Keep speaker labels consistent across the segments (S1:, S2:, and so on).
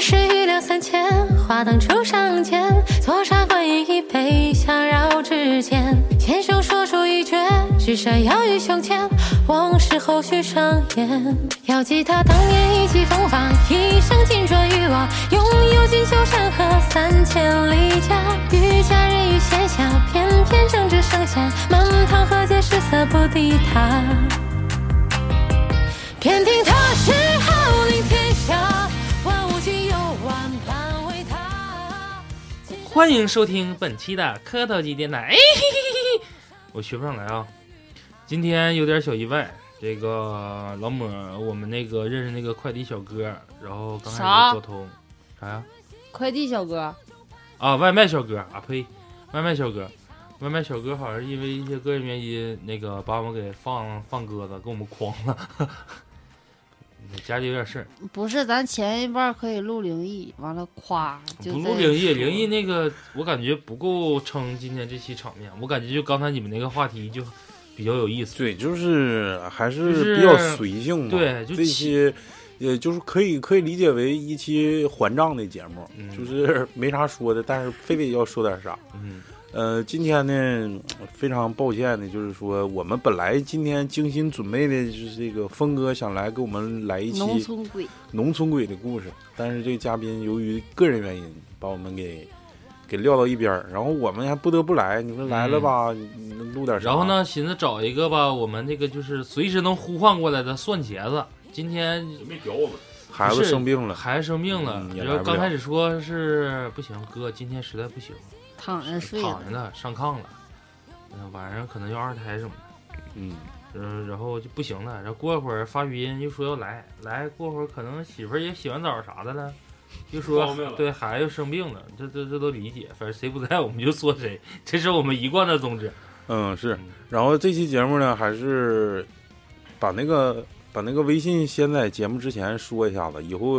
S1: 是一两三千，花灯初上前，坐茶观饮一杯，相绕指尖。前胸说出一绝，只闪耀于胸前，往事后续上演。要记他当年意气风发，一生尽转于我，拥有锦绣山河三千里家，与佳人与闲暇，翩翩正值盛夏，满堂和解失色不敌他。偏听他是号令天下，万物皆有万般为他。
S2: 欢迎收听本期的磕头机电台。 哎，嘿嘿嘿嘿我学不上来啊，今天有点小意外。这个老母，我们那个认识那个快递小哥，然后刚开
S3: 啥
S2: 始沟通，啥呀？
S3: 快递小哥，
S2: 啊，外卖小哥啊呸，外卖小哥，外卖小哥好像是因为一些个人原因，那个把我们给放放鸽子，给我们诓了。 家里有点事儿，
S3: 不是咱前一半可以录灵异，完了夸就
S2: 不
S3: 在
S2: 录灵异，灵异那个我感觉不够撑今天这期场面，我感觉就刚才你们那个话题就比较有意思。
S4: 对，就是还
S2: 就是是
S4: 比较随性嘛。
S2: 对就
S4: 这
S2: 起
S4: 些，也就是可以可以理解为一期还账的节目，
S2: 嗯
S4: 就是没啥说的，但是非得要说点啥。
S2: 嗯，
S4: 呃，今天呢，非常抱歉的，就是说我们本来今天精心准备的就是这个峰哥想来给我们来一期
S3: 农村鬼，
S4: 农村鬼的故事，但是这个嘉宾由于个人原因把我们给给撂到一边儿，然后我们还不得不来。你说来了吧，你能录点啥？
S2: 嗯然后？呢，寻思找一个吧，我们这个就是随时能呼唤过来的蒜茄子。今天
S5: 没嚼我们，
S4: 孩
S2: 不
S4: 子
S2: 是
S4: 生病了，
S2: 孩子生病了
S4: 嗯，也
S2: 然
S4: 来
S2: 后
S4: 不
S2: 刚
S4: 了
S2: 开始说是不行，哥，今天实在不行，
S3: 躺着睡
S2: 躺着
S3: 了，
S2: 呢，上炕了，嗯、晚上可能要二胎什么的，
S4: 嗯，
S2: 嗯、然后就不行了，然后过一会儿发语音又说要来，来过会儿可能媳妇儿也洗完澡啥的了，又说
S5: 方便了
S2: 对孩子又生病了，这这这都理解，反正谁不在我们就说谁，这是我们一贯的宗旨。
S4: 嗯，是
S2: 嗯。
S4: 然后这期节目呢，还是把那个把那个微信先在节目之前说一下子，以后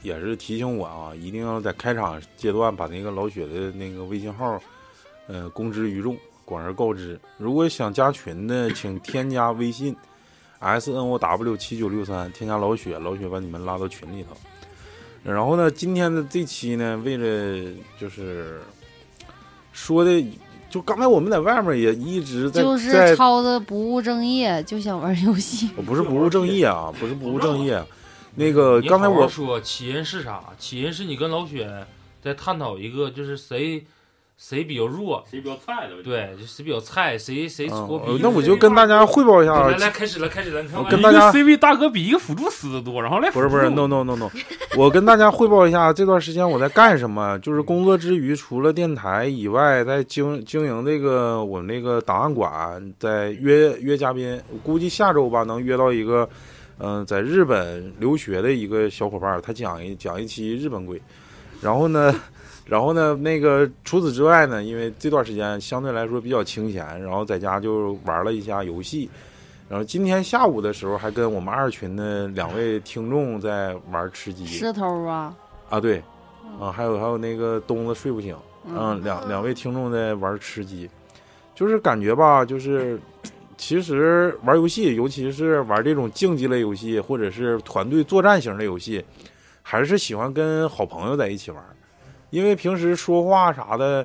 S4: 也是提醒我啊，一定要在开场阶段把那个老雪的那个微信号，呃，公之于众，广而告之。如果想加群的，请添加微信 s n o w 七九六三，添加老雪，老雪把你们拉到群里头。然后呢，今天的这期呢，为了就是说的，就刚才我们在外面也一直在
S3: 就是
S4: 在
S3: 超子不务正业，就想玩游戏。
S4: 我不是不务正业啊，不是不务正业啊。那个刚才
S2: 你好好
S4: 我嗯
S2: 说起因是啥？起因是你跟老雪在探讨一个就是谁谁比较弱，
S5: 谁比较菜的？，
S2: 对，就谁比较菜，谁谁
S4: 嗯
S2: 搓
S4: 呃
S2: 逼。
S4: 那我就跟大家汇报一下
S2: 来
S4: 啊，
S2: 来开始了，开始了，你看
S4: 我
S2: 吧
S4: 跟
S5: 一
S4: 大
S5: 个
S4: 家
S5: CV 大哥比一个辅助死的多，然后来
S4: 不是 不是
S5: 辅
S4: ，no
S5: 助
S4: no no no，我跟大家汇报一下这段时间我在干什么，就是工作之余，除了电台以外，在经经营这个我们那个档案馆，在约约嘉宾，我估计下周吧能约到一个，嗯、在日本留学的一个小伙伴，他讲一讲一期日本鬼，然后呢。 然后呢，那个除此之外呢，因为这段时间相对来说比较清闲，然后在家就玩了一下游戏，然后今天下午的时候还跟我们二群的两位听众在玩吃鸡
S3: 石头啊，
S4: 啊，对，啊，还有还有那个东子睡不醒，嗯，两两位听众在玩吃鸡，就是感觉吧，就是其实玩游戏，尤其是玩这种竞技类游戏或者是团队作战型的游戏，还是喜欢跟好朋友在一起玩，因为平时说话啥的。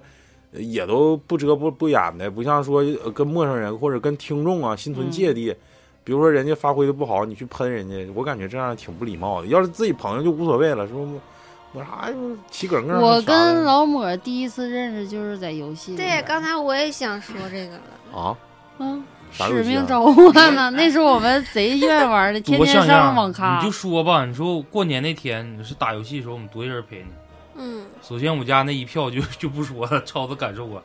S4: 呃也都不遮不不掩的，不像说呃跟陌生人或者跟听众啊心存
S3: 嗯
S4: 芥蒂。比如说人家发挥的不好，你去喷人家，我感觉这样挺不礼貌的。要是自己朋友就无所谓了，说我啥起梗梗。
S3: 我
S4: 啥的
S3: 跟老抹第一次认识就是在游戏里
S6: 对，
S3: 边。
S6: 刚才我也想说这个了。
S4: 啊，
S3: 嗯，
S4: 啥游戏啊
S3: 使命召唤呢，那时候我们贼愿玩 的，天
S2: 多
S3: 天
S2: 像
S3: 上
S2: 样
S3: 网咖
S2: 你就。说吧，你说过年那天你是打游戏的时候，我们多一人陪你。
S6: 嗯，
S2: 首先我家那一票就 就不说了，超子感受过，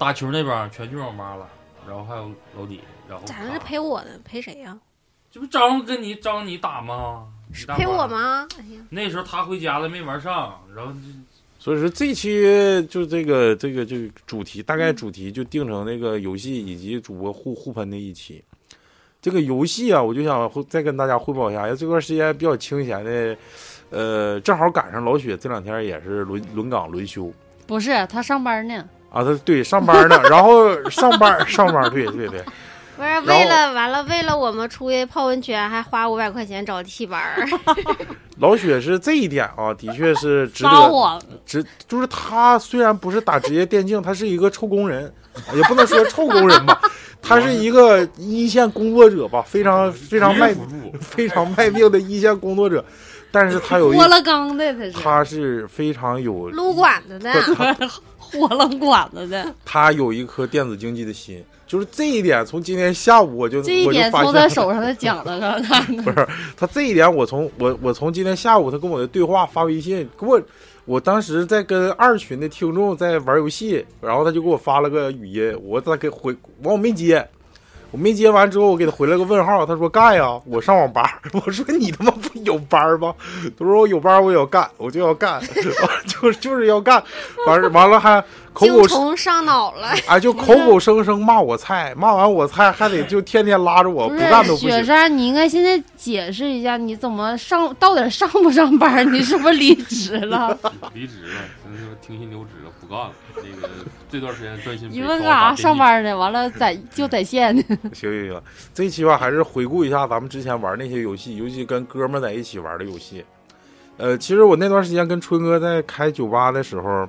S2: 打球那帮全去网吧了，然后还有老李，然后
S6: 咋能是陪我呢？陪谁呀、
S2: 这不张跟你张你打吗？你打
S6: 陪我
S2: 吗？
S6: 吗？哎呀，
S2: 那时候他回家了没玩上，然后
S4: 所以说这期就这个这个这个主题，大概主题就定成那个游戏以及主播互互喷的一期。这个游戏啊，我就想汇再跟大家汇报一下，因为这段时间比较清闲的，呃，正好赶上老雪这两天也是轮轮岗轮休
S3: 不是，他上班呢。
S4: 啊，他对上班呢，然后上班上班，对对对，
S6: 不是 为了完了，为了我们出去泡温泉还花五百块钱找替班儿，
S4: 老雪是这一点啊，的确是值
S3: 骚
S4: 得
S3: 我
S4: 值，就是他虽然不是打职业电竞，他是一个臭工人，也不能说臭工人吧，他是一个一线工作者吧，非常非常卖
S5: 辅助，
S4: 非常卖命的一线工作者，但是他有一
S3: 豁了缸的，他是
S4: 他是非常有
S6: 撸管子的，
S4: 不他
S3: 豁了管子的。
S4: 他有一颗电子竞技的心，就是这一点，从今天下午我就
S3: 这一
S4: 我就
S3: 点
S4: 发
S3: 从
S4: 现
S3: 他
S4: 了
S3: 手上的奖的上看看，
S4: 他这一点我从我我从今天下午他跟我的对话发微信，给我我当时在跟二群的听众在玩游戏，然后他就给我发了个语音，我咋给回完我没接，我没接完之后我给他回了个问号，他说干呀，我上网吧， 我说你他妈不有班吗？他说我有班我也要干，我就要干， 就是就是要干，完事完了还口
S6: 精
S4: 口
S6: 虫上脑了，
S4: 啊就口口声声骂我菜，骂完我菜还得就天天拉着我哦不干都
S3: 是雪
S4: 不行。
S3: 山，你应该现在解释一下，你怎么上到底上不上班？你是不是离职 了？
S5: 离职了，真是停薪留职了，不干了。那个这段时间专心陪
S3: 你问
S5: 高
S3: 干啥？
S5: 达
S3: 上班呢？完了在就在线呢。
S4: 行行行，这一期吧还是回顾一下咱们之前玩那些游戏，尤其跟哥们儿在一起玩的游戏。呃，其实我那段时间跟春哥在开酒吧的时候，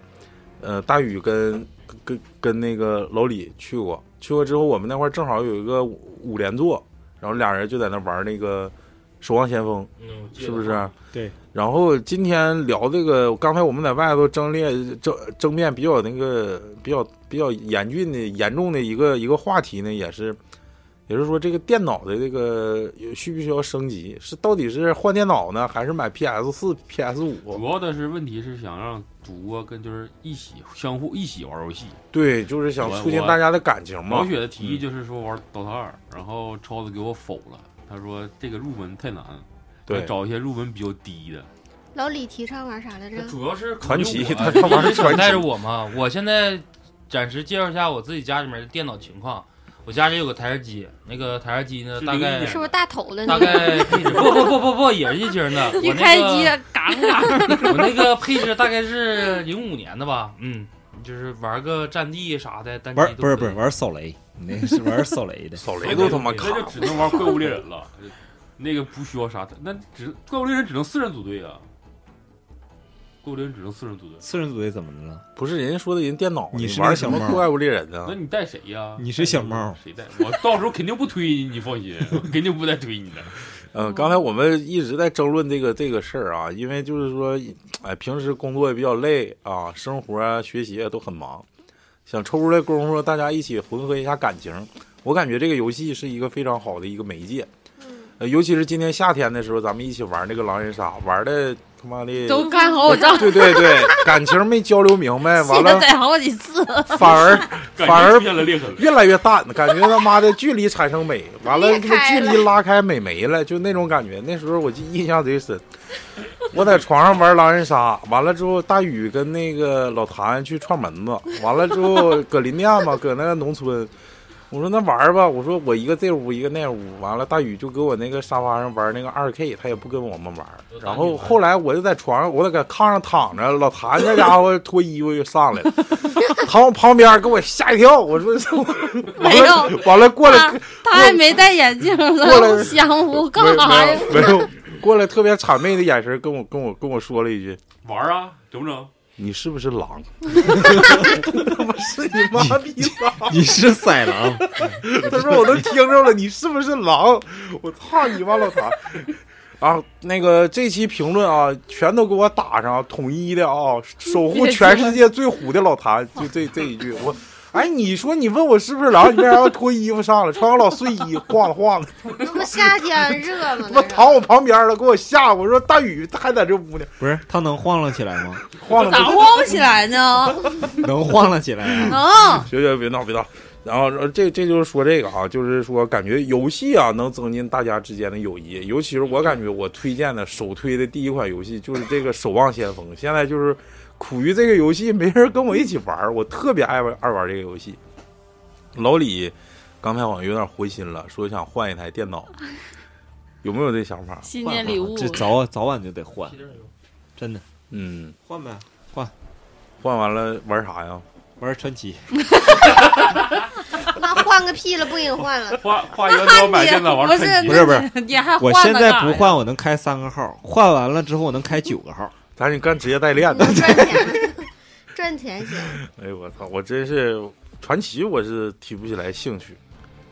S4: 呃，大宇跟跟跟那个老李去过，去过之后我们那块儿正好有一个五五连坐，然后俩人就在那玩那个《守望先锋》。
S2: 嗯，
S4: 是不是？
S7: 对。
S4: 然后今天聊这个，刚才我们在外头争烈争争辩比较那个比较比较严峻的严重的一个一个话题呢，也是也是说这个电脑的这个需不需要升级？是到底是换电脑呢，还是买 PS 四、PS 五？
S5: 主要的是问题是想让主播跟就是一起相互一起玩游戏。
S4: 对，就是想
S5: 我
S4: 促进
S5: 我
S4: 大家的感情嘛
S5: 老。雪的提
S4: 嗯
S5: 议就是说玩 DOTA 二，然后超子给我否了，他说这个入门太难，
S4: 对
S5: 要，找一些入门比较低的。
S6: 老李提倡玩啥来着？
S2: 主要是
S4: 传奇
S2: 考
S4: 他
S2: 虑
S4: 他
S2: 我
S4: 玩
S2: 啊你
S4: 传
S2: 想
S4: 奇。
S2: 带着我嘛。我现在暂时介绍一下我自己家里面的电脑情况。我家里有个台式机，那个台式机呢，
S5: 是
S2: 大
S5: 零一
S2: 概
S5: 年
S6: 是不是大头的
S2: 大
S6: 那个？
S2: 概配置不不不不不也是一星 的。
S3: 一
S2: 我
S3: 开
S2: 那
S3: 机
S2: 个
S3: 嘎嘎，
S2: 我那个配置大概是零五年的吧，嗯，就是玩个战地啥的，单机
S7: 玩
S2: 都
S7: 不是
S2: 可
S7: 不是
S2: 以
S7: 玩扫雷，你那是玩扫雷 的
S4: 扫雷都他妈卡
S5: 那就只能玩怪物猎人了。 那个不需要啥，那只怪物猎人只能四人组队啊。怪物猎人只能四人组队，
S7: 四人组队怎么的了？
S4: 不是人家说的人电脑，
S7: 你是那
S4: 玩
S7: 个
S4: 什
S7: 小
S4: 么
S7: 猫啊
S4: 怪物猎人啊呢
S5: 那？你带谁呀？
S7: 你是小猫
S5: 谁带？我到时候肯定不推你，你放心，我肯定不带推你的。
S4: 嗯，刚才我们一直在争论这个这个事儿啊，因为就是说，哎，平时工作也比较累啊，生活啊、学习啊都很忙，想抽出来功夫，大家一起混合一下感情。我感觉这个游戏是一个非常好的一个媒介，呃，尤其是今天夏天的时候，咱们一起玩那个狼人杀，玩的他妈的，
S3: 都干好几仗，
S4: 对对对，感情没交流明 白，完
S3: 记得
S4: 了
S3: 宰好几次。
S4: 反而
S5: 感
S4: 反而
S5: 觉出哎现了裂痕了。
S4: 越来越淡，感觉他妈的距离产生 美，完了
S6: 裂
S4: 他妈
S6: 开
S4: 距
S6: 了
S4: 离拉开美没了，就那种感觉。那时候我记印象贼深，我在床上玩狼人 杀，完了之后大宇跟那个老谭去串门子，完了之后搁林甸嘛，搁那个农村。我说那玩儿吧，我说我一个这屋一个那屋，完了大宇就搁我那个沙发上玩那个二 K，他也不跟我们玩儿。然后后来我就在床上，我在搁炕上躺着，老谭那家 伙脱衣服就上来了，躺我旁边给我吓一跳，我说
S3: 没有，啊
S4: 完了过来
S3: 他他还没戴眼镜
S4: 过来
S3: 呢，香屋干啥呀？
S4: 没有没有过来特别谄媚的眼神跟我跟我跟我说了一句
S5: 玩啊，整不整？：“
S4: 你是不是狼？”他妈是你妈逼狼！
S7: 你是色狼，
S4: 他说我都听着了，你是不是狼？我操你妈老谭！啊，那个这期评论啊，全都给我打上统一的啊，守护全世界最虎的老谭，就这这一句我。哎，你说你问我是不是狼？你为啥要脱衣服上来，穿个老睡衣，晃了晃的？
S6: 那不夏天热吗？
S4: 他妈
S6: 那
S4: 躺
S6: 是
S4: 我旁边了，给我吓！我说大宇还在这屋呢，
S7: 不是他能晃荡起来吗？
S4: 晃了
S3: 咋晃不起来呢？ 嗯
S7: 能晃荡起来
S3: 哦
S7: 啊！
S3: 能，
S4: 学学别闹别闹。然后呃这这就是说这个啊，就是说感觉游戏啊能增进大家之间的友谊，尤其是我感觉我推荐的首推的第一款游戏就是这个《守望先锋》，现在就是苦于这个游戏没人跟我一起玩儿，我特别爱玩爱玩这个游戏。老李刚才好像有点灰心了，说想换一台电脑，有没有这想法？
S3: 新年礼物
S7: 这早早晚就得换，真的
S4: 嗯，
S7: 换呗，
S4: 换完了玩啥呀？
S7: 玩传奇。
S6: 那换个屁了，不给你换 了。
S5: 花花一万多买电脑玩
S3: 不
S5: 儿
S3: 是
S5: 趁
S7: 不
S5: 机，
S7: 是不是，
S3: 你还
S7: 我
S3: 换
S7: 现
S3: 个
S7: 在
S3: 干
S7: 不
S3: 呀
S7: 换，我能开三个号，换完了之后我能开九个号。
S4: 赶紧干职业代练的。
S6: 赚钱， 赚钱行。
S4: 哎呦我操，我真是传奇，我是提不起来兴趣。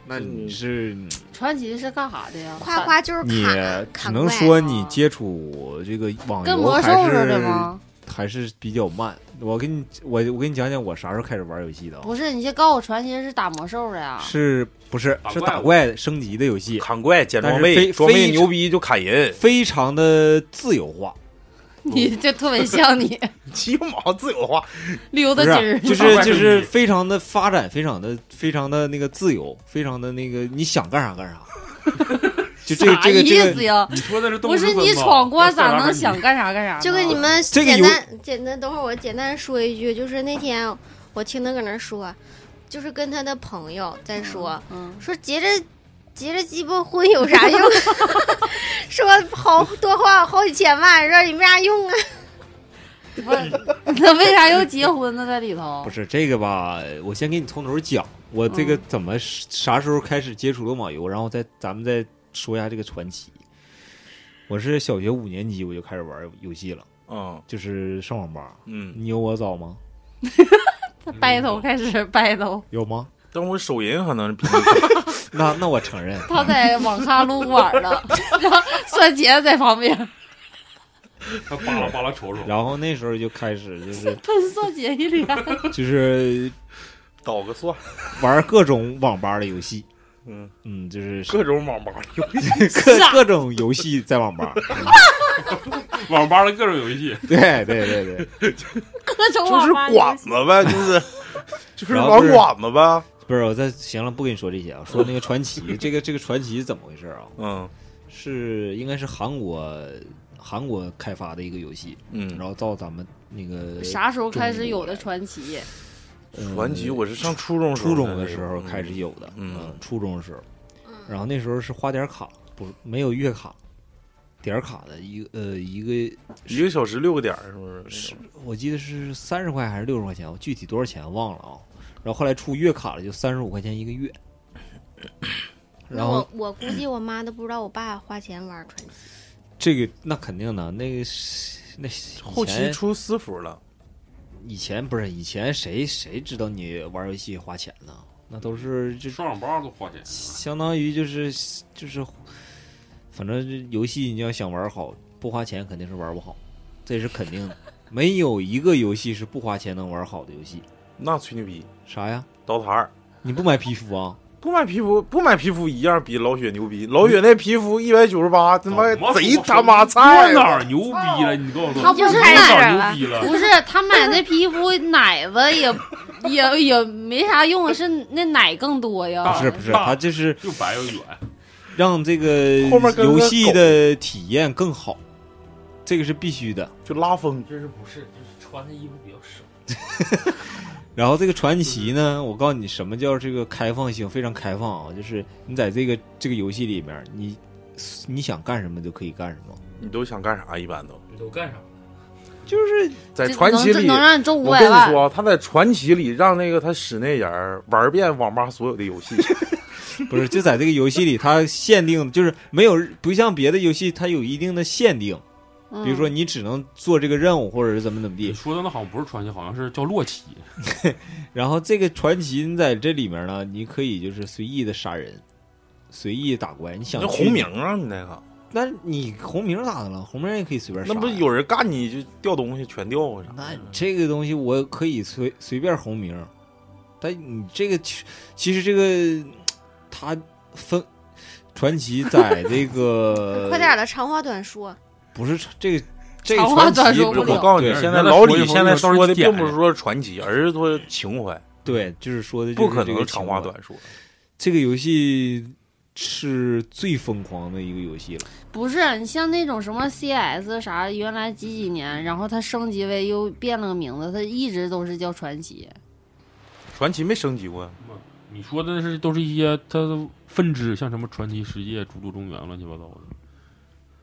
S7: 那
S4: 你
S7: 是
S3: 传奇是干啥的呀？
S6: 夸夸就是
S7: 你
S6: 砍，
S7: 只
S6: 砍
S7: 能
S6: 怪
S7: 说你接触这个网
S3: 跟
S7: 游
S3: 魔兽
S7: 还
S3: 似的
S7: 是
S3: 吗？
S7: 还是比较慢。我给你我我给你讲讲我啥时候开始玩游戏的啊？
S3: 不是，你先告诉我传奇是打魔兽的呀？
S7: 是不是
S5: 打
S7: 是
S5: 啊怪
S7: 打
S5: 物
S7: 怪升级的游戏？
S4: 砍怪捡
S7: 但
S4: 装
S7: 是
S4: 备，
S7: 非
S4: 装备
S7: 非
S4: 牛逼就砍人，
S7: 非常的自由化，
S3: 你这特别像你
S4: 鸡毛自由化。
S3: 溜
S7: 不
S3: 达
S7: 是
S3: 筋儿，
S7: 啊就是就
S5: 打怪升
S7: 是
S5: 级
S7: 非常的发展，非常的非常的那个自由，非常的那个你想干啥干啥。 就这 个
S3: 啥
S7: 这个
S3: 意
S7: 这
S3: 思
S7: 个，
S3: 呀？
S5: 你说的是动
S3: 不
S5: 物
S3: 是
S5: 之分
S3: 你
S5: 吧
S3: 闯关咋能？
S5: 那
S3: 想干啥干啥呢？
S6: 就跟你们
S7: 这个
S6: 简
S7: 有
S6: 单简单，等会儿我简单说一句，就是那天我听他搁那说，就是跟他的朋友在说，
S3: 嗯，
S6: 说结着结着鸡巴婚有啥用？ 说好多花好几千万，说有啥用啊？
S3: 不是，那为啥又结婚呢？在里头
S7: 不是这个吧？我先给你从头讲，我这个
S3: 嗯
S7: 怎么是啥时候开始接触的网游，然后再咱们再说一下这个传奇。我是小学五年级我就开始玩游戏了，
S4: 嗯
S7: 就是上网吧。
S4: 嗯，
S7: 你有我早吗？
S5: 咋咋咋咋
S3: battle 开始 battle，
S7: 有吗？
S4: 但我手淫可 能比
S7: 那那我承认，
S3: 他在网咖撸管了， 然后蒜茄子在旁边
S5: 他扒拉扒拉瞅瞅，
S7: 然后那时候就开始就是
S3: 喷蒜茄一脸，
S7: 就是
S4: 倒个蒜，
S7: 玩各种网吧的游戏，
S4: 嗯，
S7: 嗯，就是
S4: 各种网吧游戏。
S7: 各
S4: 啊
S7: 各种游戏在网吧，
S5: 网吧的各种游戏，
S7: 对对对对，
S3: 各种
S4: 就
S3: 网
S4: 是
S3: 吧里
S4: 管子呗，就是就是
S7: 然
S4: 网
S7: 后不是
S4: 管子呗。
S7: 不是我在行了，不跟你说这些啊，说那个传奇，这个这个传奇是怎么回事啊？
S4: 嗯
S7: 是应该是韩国韩国开发的一个游戏，然
S4: 嗯，
S7: 后到咱们那个
S3: 啥时候开始有的传奇？
S7: 呃
S4: 传奇我是上嗯初中
S7: 初中
S4: 的
S7: 的时候开始，有的，
S4: 嗯
S7: 初中的时候，然后那时候是花点卡，不是没有月卡，点儿卡的一个呃一个
S4: 一个小时六个点儿是不是？
S7: 是我记得是三十块还是六十块钱，我具体多少钱忘了啊。然后后来出月卡了，就三十五块钱一个月。然后
S6: 我我估计我妈都不知道我爸花钱玩传奇，
S7: 这个那肯定的，那个是那以
S4: 后期
S7: 前
S4: 出私服了，
S7: 以前不是以前谁谁知道你玩游戏花钱呢？那都是就
S5: 上网吧都花钱，
S7: 相当于就是就是，反正这游戏你要想玩好，不花钱肯定是玩不好，这是肯定的。没有一个游戏是不花钱能玩好的游戏。
S4: 那吹牛逼。
S7: 啥呀？
S4: 刀塔二
S7: 你不买皮肤啊？
S4: 不买皮肤，不买皮肤一样比老雪牛逼。老雪那皮肤一百九十八，他妈
S5: 怎么
S4: 贼
S5: 说
S4: 他妈
S5: 我
S4: 菜啊
S5: 哪儿牛逼了？你告诉我，
S3: 他不是啊
S5: 我哪
S6: 那
S5: 儿
S6: 儿
S5: 牛逼了？
S3: 不是，他买那皮肤奶子也 也也没啥用，是那奶更多呀。
S4: 啊
S5: 不
S7: 啊不是不是，
S5: 大
S7: 它就是
S5: 又白又远，
S7: 让这个
S4: 后面跟个
S7: 游戏的体验更好，这个是必须的。
S4: 就拉风。
S2: 真是不是，就是穿的衣服比较少。
S7: 然后这个传奇
S4: 嗯
S7: 呢，我告诉你什么叫这个开放性，非常开放啊，就是你在这个这个游戏里面，你你想干什么就可以干什么。
S4: 你都想干啥？一般都
S2: 你都干啥？
S4: 在
S3: 这
S4: 传
S3: 能
S4: 奇里
S3: 这，能让你挣五
S4: 我
S3: 百
S4: 跟你
S3: 万，
S4: 说，他在传奇里让那个他室内人儿玩遍网吧所有的游戏。
S7: 不是，就在这个游戏里，它限定就是没有，不像别的游戏，它有一定的限定，
S3: 嗯
S4: 嗯
S7: 比如说你只能做这个任务，或者是怎么怎么
S5: 你
S7: 地。
S5: 说的那好像不是传奇，好像是叫洛奇，
S7: 然后这个传奇你在这里面呢，你可以就是随意的杀人，随意打怪，你想
S4: 那
S7: 去
S4: 红名，啊，你那个，
S7: 那你红名咋的了？红名也可以随便杀
S4: 那
S7: 呀。
S4: 不有人干你就掉东西全掉啊啥的？
S7: 那这个东西我可以随随便红名，但你这个其其实这个它分传奇在这 个
S6: 快点儿了，长话短说。
S7: 不是这个这个
S3: 长话
S7: 传
S3: 短
S7: 奇
S3: 说不
S4: 我
S3: 了
S4: 告诉你，
S5: 对
S4: 现在
S5: 原来
S4: 老
S5: 说一
S4: 李
S5: 会儿
S4: 现在说的
S5: 一会儿
S4: 并不是说传奇，而是说情怀，
S7: 对，就是说的
S4: 不
S7: 就是
S4: 可
S7: 这
S4: 能
S7: 个
S4: 长
S7: 情
S4: 话
S7: 况。
S4: 短说。
S7: 这个游戏是最疯狂的一个游戏了，
S3: 不是你像那种什么 CS 啥，原来几几年，然后它升级为又变了个名字，它一直都是叫传奇。
S4: 传奇没升级过，
S5: 你说的是都是一些它的分支，像什么传奇世界、逐鹿中原乱七八糟的。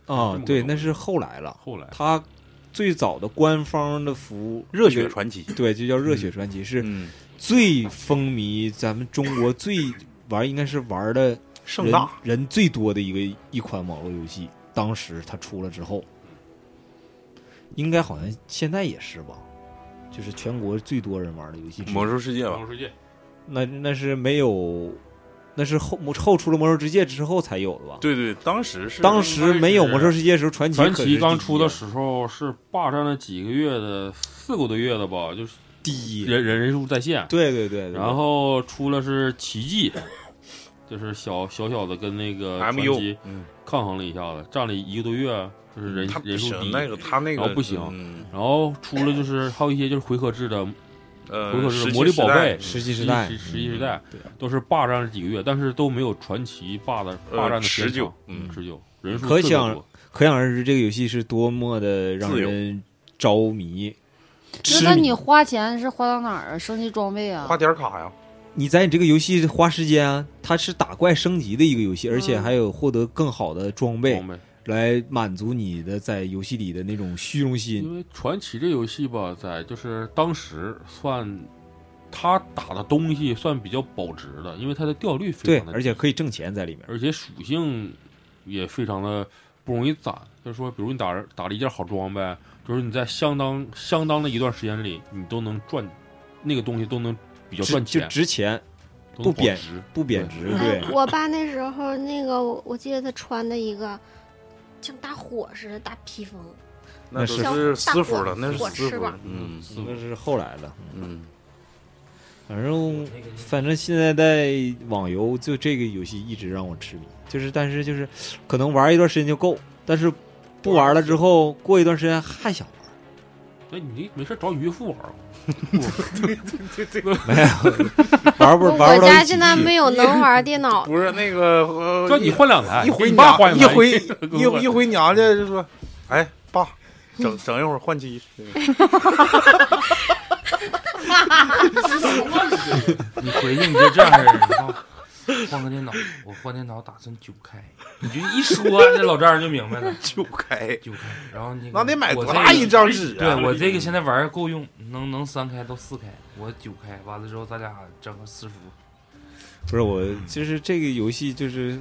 S7: 啊
S5: 这么，
S7: 对，
S5: 高
S7: 那是后来了。
S5: 后来
S7: 它最早的官方的服务，
S4: 热血传奇，
S7: 对，就叫热血传奇，是
S4: 嗯，
S7: 最风靡咱们中国最玩，应该是玩的
S4: 盛
S7: 人
S4: 大，
S7: 人最多的一个一款网络游戏。当时它出了之后，应该好像现在也是吧，就是全国最多人玩的游戏之一。
S4: 魔兽世界吧
S5: 魔，兽世界，
S7: 那那是没有，那是后后出了魔兽世界之后才有的吧？
S4: 对对，当时是
S7: 当时没有魔兽世界的时候，传奇
S5: 传
S7: 可是第
S5: 奇
S7: 一
S5: 刚出的时候是霸占了几个月的四个多月的吧，就是
S7: 第一，
S5: 人人人数在线，
S7: 对对对，对
S5: 然后出了是奇迹，就是小小小的跟那个传
S4: MU，
S5: 奇
S4: 嗯，
S5: 抗衡了一下子，占了一个多月，就是人
S4: 他不
S5: 人数低
S4: 行，。那个他那
S5: 然
S4: 个
S5: 后不行
S4: 嗯
S5: 然后出了就是还有一些就是回合制的，
S4: 呃，
S5: 回合制
S4: 石
S5: 的
S4: 器
S5: 魔力宝
S4: 时代
S5: 贝，
S7: 石器时代嗯
S5: 石石器时代
S7: 对
S5: 都是霸占了几个月，但是都没有传奇霸的
S4: 呃
S5: 霸占的时间
S4: 持久
S5: 长，
S4: 嗯，
S5: 持久人数
S7: 可
S5: 特别
S7: 想
S5: 多
S7: 可想而知，这个游戏是多么的让
S4: 自由
S7: 人着迷。痴
S3: 那
S7: 迷
S3: 你花钱是花到哪儿啊？升级装备啊
S4: 花？点卡呀，
S7: 你在你这个游戏花时间啊，它是打怪升级的一个游
S3: 嗯
S7: 戏，而且还有获得更好的装备
S5: 装，备。
S7: 来满足你的在游戏里的那种虚荣心。
S5: 因为传奇这游戏吧，在就是当时算它打的东西算比较保值的，因为它的掉率非
S7: 对
S5: 常，的低，
S7: 而且可以挣钱在里面。
S5: 而且属性也非常的不容易攒。就是说，比如你打打了一件好装备，就是你在相当相当的一段时间里，你都能赚那个东西都能比较
S7: 值
S5: 赚
S7: 就
S5: 钱，
S7: 值钱
S5: 都能
S7: 不贬
S5: 保值
S7: 不贬值，对
S6: 哎，我爸那时候那个，我我记得他穿的一个像大火似的大披风，
S4: 都
S7: 那是
S4: 是私
S6: 大火
S4: 服了，那是
S6: 火
S4: 私
S6: 翅
S4: 服
S6: 膀，
S4: 嗯
S5: 是
S7: 那是后来了。
S4: 嗯，
S7: 反正反正现在在网游就这个游戏一直让我痴迷，就是但是就是可能玩一段时间就够，但是不玩了之后过一段时间还想玩，
S5: 那你没事找你岳父玩儿吧，
S7: 没有 玩不玩不到
S6: 我
S7: 一
S6: 家
S7: 起
S6: 现在
S7: 去
S6: 没有能玩电脑 的，
S4: 不是那个，呃
S5: 叫你换两台，
S4: 一回
S5: 你爸
S4: 娘
S5: 换
S4: 一
S5: 台
S4: 回
S5: 跟我
S4: 一一回娘家就说，哎爸，整整一会儿换机，
S2: 你回去你就这样式儿，你换换个电脑，我换电脑打算九开，你就一说啊这老丈人就明白了，
S4: 就开，
S2: 九开，然后那个
S4: 那得买
S2: 我这
S4: 多大
S2: 个
S4: 一张纸
S2: 对
S4: 啊？
S2: 我这个现在玩儿够用，能能三开到四开，我九开完了之后，咱俩整个私服。
S7: 不是我就是这个游戏就是，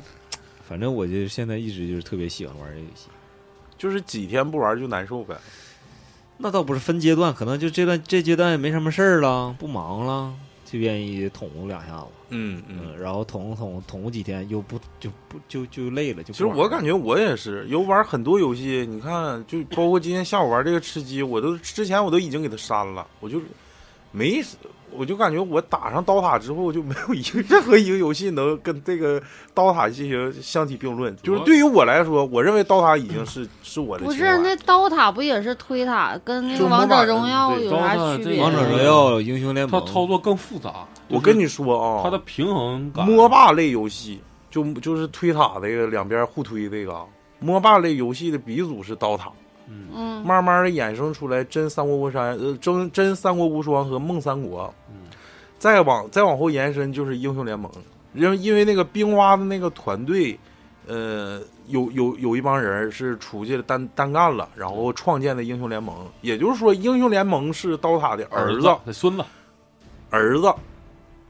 S7: 反正我就现在一直就是特别喜欢玩这个游戏。
S4: 就是几天不玩就难受呗。
S7: 那倒不是分阶段，可能就这段这阶段也没什么事儿了，不忙了，就愿意捅咕两下子。
S4: 嗯
S7: 嗯，。然后捅咕捅咕捅咕几天，又不就不就就累了，就
S4: 其实我感
S7: 觉
S4: 觉我也是有玩很多游戏，你看，就包括今天下午玩这个吃鸡，我都之前我都已经给它删了，我就没，我就感觉我打上刀塔之后就没有一个 任何一个游戏能跟这个刀塔进行相提并论。就是对于我来说，我认为刀塔已经是是我的
S3: 不
S4: 情
S3: 是，
S4: 怀
S3: 那刀塔不也是推塔，跟那
S4: 就
S3: 个
S4: 是
S3: 王
S4: 模
S3: 者
S4: 板
S3: 荣耀
S4: 对
S3: 有啥
S5: 刀塔
S3: 区
S5: 这
S3: 别？
S5: 个
S7: 王者荣耀、英雄联
S5: 它
S7: 盟，
S5: 操作更复杂。
S4: 我跟
S5: 你，
S4: 你说啊，
S5: 它的平衡感，
S4: 摸霸类游戏就就是推塔这个两边互推这个啊，摸霸类游戏的鼻祖是刀塔。
S5: 嗯，
S3: 嗯，
S4: 慢慢的衍生出来真三国无双，呃，真真三国无双和梦三国，
S5: 嗯
S4: 再往再往后延伸就是英雄联盟，因为因为那个冰蛙的那个团队，呃，有有有一帮人是出去单单干了，然后创建的英雄联盟，也就是说英雄联盟是刀塔的儿子，
S5: 子、孙子，
S4: 儿子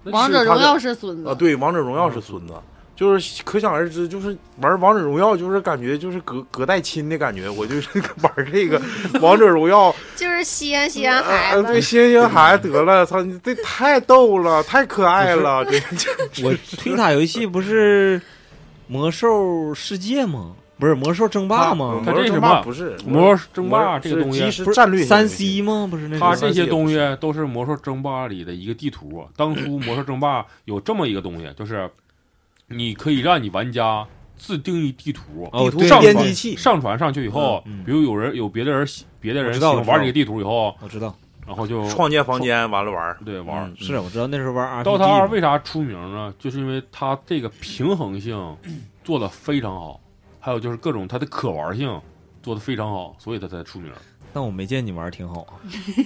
S3: 王者荣耀是孙子
S4: 啊，，对，王者荣耀是孙子。就是可想而知，就是玩王者荣耀，就是感觉就是隔隔代亲的感觉。我就是玩这个王者荣耀，
S6: 就是西安西安
S4: 啊
S6: 孩
S4: 啊对，
S6: 子，
S4: 星星孩子得了，操，你这太逗了，太可爱了，这
S7: 我推塔游戏不是魔兽世界吗？不是魔兽争霸吗？
S5: 它
S4: 魔兽
S5: 这
S4: 争
S5: 什
S4: 霸
S5: 么
S4: 不是
S5: 魔兽争霸这个东
S4: 是
S5: 西，啊
S4: 即
S7: 不
S4: 时
S7: 是
S4: 战略性
S7: 三
S4: 游戏
S7: C 吗？不是那
S5: 它
S7: 个
S5: 这些东西都是魔兽争霸里的一个地图。啊当初魔兽争霸有这么一个东西，就是你可以让你玩家自定义地图，
S7: 哦，
S4: 图
S7: 对
S5: 上
S4: 编
S5: 传
S4: 辑器
S5: 上传上去以后
S7: 嗯嗯，
S5: 比如有人有别的人喜别的
S7: 我
S5: 人
S7: 知
S5: 喜
S7: 道我
S5: 欢
S7: 知道
S5: 玩这个地图以后，
S7: 我知道，
S5: 然后就
S4: 创建房间，完了嗯玩儿
S5: 对玩。
S4: 嗯
S7: 是啊我知道那时候玩
S5: 《
S7: R
S5: 刀塔二》为啥出名呢？就是因为它这个平衡 性做的非常好，还有就是各种它的可玩性做的非常好，所以它才出名。
S7: 但我没见你玩儿挺好啊。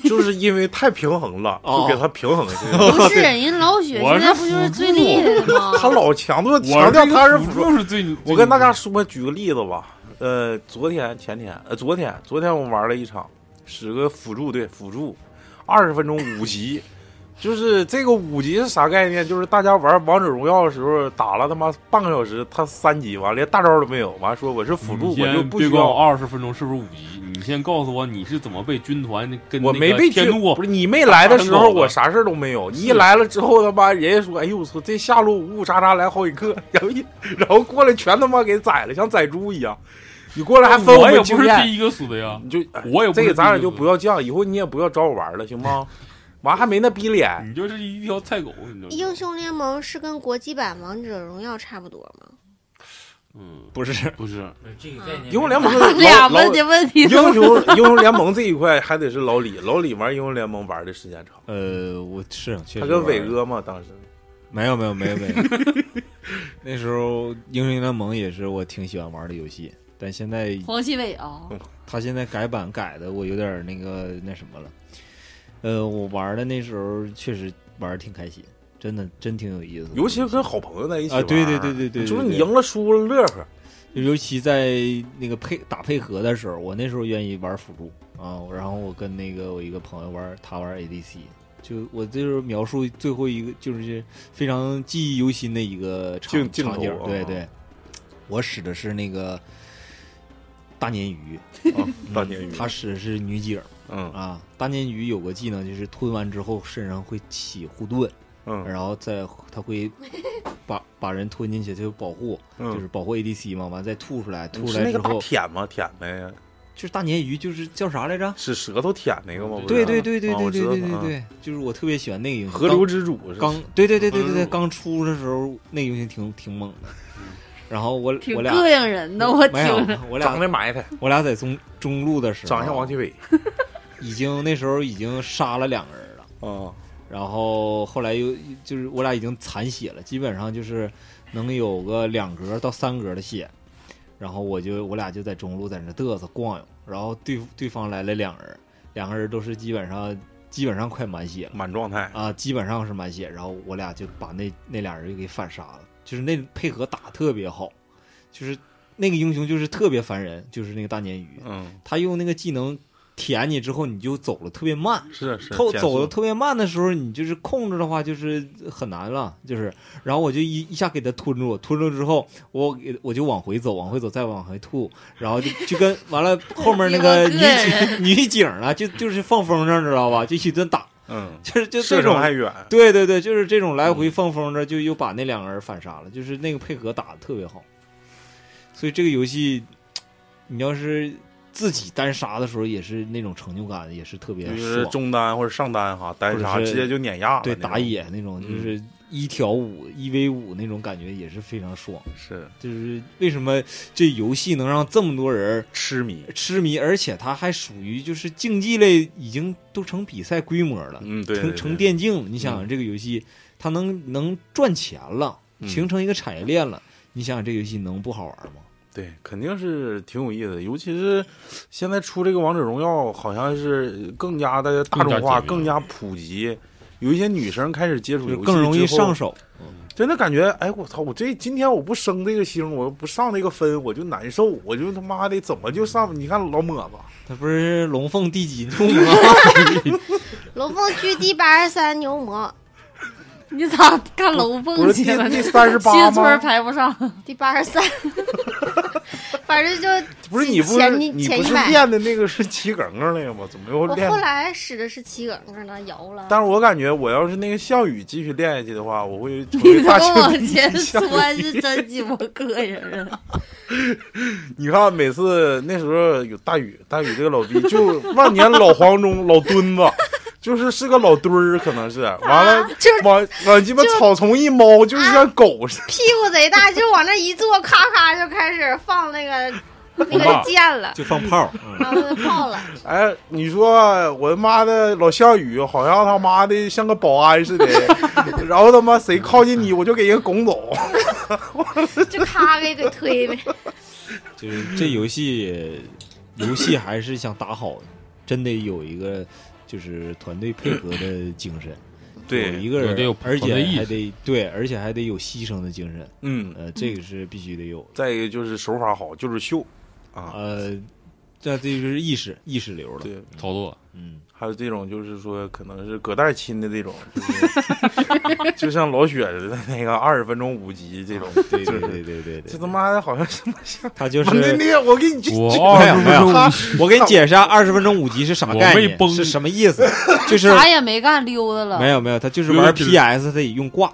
S4: 就是因为太平衡了，
S7: 哦
S4: 就给他平衡去 了。
S3: 不是人家老雪
S5: 我
S3: 现
S5: 是
S3: 在不就是最厉害的吗？
S4: 他老强调
S5: 我
S4: 强调他是
S5: 辅助是最，
S4: 我跟大家说，举个例子吧。呃，昨天前天，呃，昨天昨天我玩了一场，十个辅助，对辅助，二十分钟五级，就是这个五级是啥概念？就是大家玩王者荣耀的时候打了他妈半个小时，他三级完连大招都没有，完说我是辅助
S5: 你，
S4: 我就
S5: 嗯先
S4: 不
S5: 别
S4: 需
S5: 管我
S4: 要。
S5: 二十分钟是不是五级，你先告诉我你是怎么被军团跟
S4: 我
S5: 那
S4: 没
S5: 个
S4: 被
S5: 天
S4: 拒
S5: 怒啊
S4: 不是你没来的时
S5: 打
S4: 候，
S5: 成狗的
S4: 我啥事儿都没有。你一来了之后，他妈人家说：“哎呦我操，这下路呜呜喳喳来好几个，然后一然后过来全他妈给宰了，像宰猪一样。”你过来还分我
S5: 我也
S4: 们经
S5: 不是
S4: 验，
S5: 第一个死的呀，
S4: 你就哎
S5: 我也不
S4: 这
S5: 是
S4: 个咱俩
S5: 第一
S4: 就
S5: 个
S4: 不要犟，以后你也不要找我玩了，行吗？完还没那逼脸，
S5: 你就是一条菜狗，你知道
S6: 英
S5: 吗？
S6: 雄联盟是跟国际版王者荣耀差不多吗？
S5: 嗯，
S7: 不是，
S5: 不是，
S2: 这个概念，
S4: 英雄联 盟
S3: 俩
S4: 老老
S3: 问题问题
S4: 英
S3: 都
S4: 雄英雄联盟这一块还得是老李，老李玩英雄联盟玩的时间长，
S7: 呃，我是确实
S4: 他跟
S7: 玩
S4: 伟哥嘛当时，
S5: 嗯
S7: 没有没有没有没 有，那时候英雄联盟也是我挺喜欢玩的游戏，但现在
S3: 黄西伟啊，
S7: 他现在改版改的我有点儿那个那什么了。呃，我玩的那时候确实玩的挺开心，真的真挺有意思的。
S4: 尤其跟好朋友在一起
S7: 啊
S4: 玩，
S7: 对对对对对
S4: 就是
S7: 对
S4: 你
S7: 对
S4: 赢了输了乐呵，
S7: 尤其在那个配打配合的时候，我那时候愿意玩辅助啊，然后我跟那个我一个朋友玩，他玩 ADC，就我就是描述最后一个就是非常记忆犹新的一个场
S4: 镜镜头
S7: 场景儿
S4: 啊，
S7: 对对，我使的是那个大鲶鱼，
S4: 啊大 鲶鱼，
S7: 他使的是女警
S4: 嗯
S7: 啊。大鲶鱼有个技能就是吞完之后身上会起护盾，
S4: 嗯
S7: 然后再他会把把人吞进去，他就保护，
S4: 嗯，
S7: 就是保护 ADC 嘛，完再吐出来，吐出
S4: 是
S7: 来
S4: 那
S7: 之
S4: 个大
S7: 后。
S4: 舔吗？舔呗，
S7: 就是大鲶鱼，就是叫啥来着？
S4: 是舌头舔那个吗？不是
S7: 对对对对
S4: 啊
S7: 对
S4: 我
S7: 对
S4: 知道
S7: 对对
S4: 啊
S7: 对，就是我特别喜欢那个英雄。
S4: 河流之主嗯是
S7: 刚刚对对对对对
S5: 河流
S7: 对，刚出的时候那个游戏挺挺猛的，然后我
S3: 挺
S7: 我俩
S3: 膈应人的，我
S7: 没
S3: 听
S7: 有
S3: 着。
S7: 我
S4: 长
S7: 俩
S4: 得埋汰，
S7: 我俩在中中路的时候，
S4: 长相王奇伟
S7: 已经那时候已经杀了两个人了，
S4: 啊，
S7: 然后后来又就是我俩已经残血了，基本上就是能有个两格到三格的血，然后我就我俩就在中路在那嘚瑟逛悠，然后对对方来了两人，两个人都是基本上基本上快满血了。
S4: 满状态，
S7: 啊，基本上是满血，然后我俩就把那 那俩人就给反杀了，就是那 配合打特别好，就是那个英雄就是特别烦人，就是那个大鲶鱼，
S4: 嗯，
S7: 他用那个技能舔你之后，你就走了特别慢，
S4: 是啊是，
S7: 透
S4: 减
S7: 走
S4: 速
S7: 的特别慢的时候，你就是控制的话就是很难了，就是，然后我就一一下给他吞住，吞住之后，我给我就往回走，往回走，再往回吐，然后就就跟完了后面那个
S3: 你个
S7: 女女警啊，就就是放风筝，知道吧？就一顿打，
S4: 嗯，
S7: 就是就
S4: 射
S7: 这
S4: 程
S7: 种
S4: 还嗯远，
S7: 对对对，就是这种来回放风筝，就又把那两个人反杀了，就是那个配合打的特别好。所以这个游戏，你要是自己单杀的时候，也是那种成就感，也是特别
S4: 就是
S7: 爽。
S4: 中单或者上单哈，单
S7: 或
S4: 杀
S7: 者
S4: 直
S7: 是
S4: 接就碾压了啊
S7: 对，
S4: 那种嗯
S7: 打野那种就是一挑五、一 v 五那种感觉也是非常爽。
S4: 是
S7: 就是为什么这游戏能让这么多人
S4: 痴迷。
S7: 痴迷，而且它还属于就是竞技类，已经都成比赛规模了。
S4: 嗯，对，嗯
S7: 成
S4: 对
S7: 成，电竞了。你想想这个游戏，它能能赚钱了，
S4: 嗯
S7: 形成一个产业链了。你想想这个游戏能不好玩吗？
S4: 对对，肯定是挺有意思的。尤其是现在出这个王者荣耀，好像是更加的大众化，更
S5: 更
S4: 加普及。有一些女生开始接触
S7: 就
S4: 游
S7: 是
S4: 戏，
S7: 更容易上，手。
S4: 真的感觉，哎，我操，我这今天我不升这个星，我不上这个分，我就难受，我就他妈的怎么就上？你看老抹子，
S7: 它不是龙凤第几 怒吗？
S6: 龙凤居第八十三牛魔，
S3: 你咋干楼
S4: 不
S3: 凤 去
S4: 是第
S3: 了？
S4: 第三十八
S3: 新村儿
S4: 吗？
S3: 排不上，
S6: 第八十三，反正就
S4: 不是你不是
S6: 前一
S4: 你
S6: 前
S4: 不
S6: 一
S4: 是
S6: 百
S4: 练的那个是骑梗梗那个吗？怎么又
S6: 我
S4: 练
S6: 后来使的是骑梗梗了，摇了。
S4: 但是我感觉，我要是那个项羽继续练下去的话，我会成
S3: 你
S4: 为
S3: 都
S4: 大 庆
S3: 往
S4: 第一
S3: 前
S4: 项羽。
S3: 窜是真鸡巴膈应人。
S4: 你看，每次那时候有大禹， 大禹这个老逼就万年老黄忠、老墩子， 就是是个老墩儿，可能是完了，
S6: 就是啊
S4: 往往鸡巴草丛一猫，就是像狗似的。
S6: 屁股贼大，就往那一坐，咔咔就开始放那个那个箭了，
S7: 就放炮，
S4: 嗯
S6: 然后就爆了。
S4: 哎，你说我他妈的老项羽，好像他妈的像个保安似的， 然后他妈谁靠近你，我就给人拱 走。
S6: 就咔给给推呗。
S7: 就是这游戏，游戏还是想打好，真得有一个就是团队配合的精 神。有一，个
S5: 有
S7: 人
S5: 得有
S7: 而
S5: 团队
S7: 且
S5: 意识
S7: 还得对，而且还得有牺牲的精神。
S4: 嗯，
S7: 呃，这个是必须得有的。
S4: 再一个就是手法好，就是秀啊，
S7: 呃，这这就是意识意识流了。
S4: 对，
S5: 操作，
S7: 嗯，
S4: 还有这种就是说可能是隔代亲的这种，就是 就像老雪的那个二十分钟五集 这种，
S7: 对
S4: 就是
S7: 对对对对
S4: 这
S7: 对，
S4: 他妈的好像什么啊像
S7: 他就
S4: 王金
S7: 是
S4: 烈，我给你去
S5: 我
S7: 没
S5: 二
S7: 有
S5: 十
S7: 没
S5: 分钟
S7: 有，我给你解释下二十分钟五级是啥
S5: 我
S7: 概
S5: 没
S7: 念，
S5: 崩
S7: 是什么意思？就是
S3: 啥也没干，溜达了。
S7: 没有没有，他就是
S5: 有点
S7: 玩
S5: 品
S7: PS，他得用挂，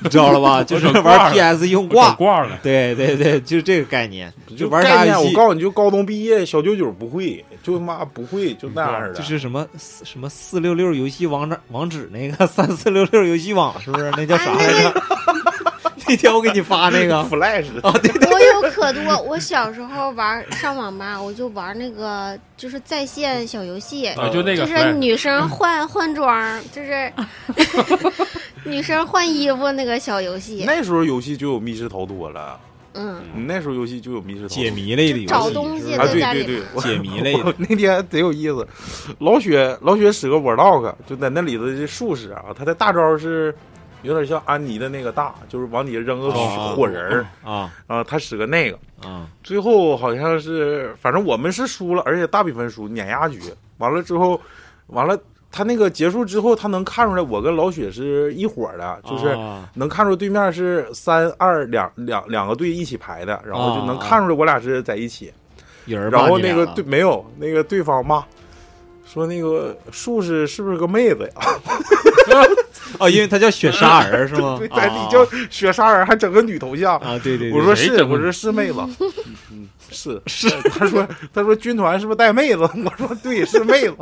S7: 你知道 了吧？就是
S5: 整挂
S7: 玩
S5: 了
S7: PS 用
S5: 挂
S7: 挂。
S5: 挂了，
S7: 对对对，就是这个概念，就玩
S4: 概
S7: 啥
S4: 念，
S7: 游
S4: 我
S7: 戏，
S4: 告诉你就高中毕业小九九不会，就他妈不会，就那样似的。
S7: 就是什么四什么四六六游戏网址网址那个三四六六游戏网是不是？那叫啥
S6: 哎
S7: 来着？ 那天我给你发那个
S4: Flash
S7: 啊，对
S6: 我有可多，我小时候玩上网吧，我就玩那个就是在线小游戏，
S2: 呃
S5: 啊，就那
S6: 就
S5: 个
S6: 是
S5: 哎
S6: 女生换换装，就是女生换衣服那个小游戏。
S4: 那时候游戏就有密室逃脱了，
S6: 嗯，
S4: 你那时候游戏就有密室逃脱
S7: 解谜类的游戏，
S6: 找东西
S4: 啊，
S7: 是吧
S6: 在
S4: 对
S6: 家
S4: 对
S6: 里
S4: 对，我
S7: 解谜类
S4: 我
S7: 的，
S4: 那天贼有意思，老雪老雪使个 Wordog，就在那里头的术士啊，他的大招是有点像安妮的那个大，就是往底下扔个
S7: 哦
S4: 火人儿
S7: 啊
S4: 啊，他使个那个，
S7: 啊
S4: 最后好像是反正我们是输了，而且大比分输，碾压局。完了之后，完了他那个结束之后，他能看出来我跟老雪是一伙儿的，就是。
S7: 啊
S4: 能看出对面是三二两两两个队一起排的，然后就能看出来我俩是在一起。
S7: 有人
S4: 然
S7: 骂
S4: 后
S7: 你
S4: 那
S7: 俩
S4: 个
S7: 了
S4: 对没有那个对方骂说那个术士是不是个妹子呀？？
S7: 哦，因为他叫雪沙人是吗
S4: 对，在里叫雪莎人还整个女头像。
S7: 啊，对对，对
S4: 我说
S5: 谁
S4: 是，
S5: 整个
S4: 我说是妹子， 嗯嗯是是。 他说他说军团是不是带妹子？ 我说对，是妹子。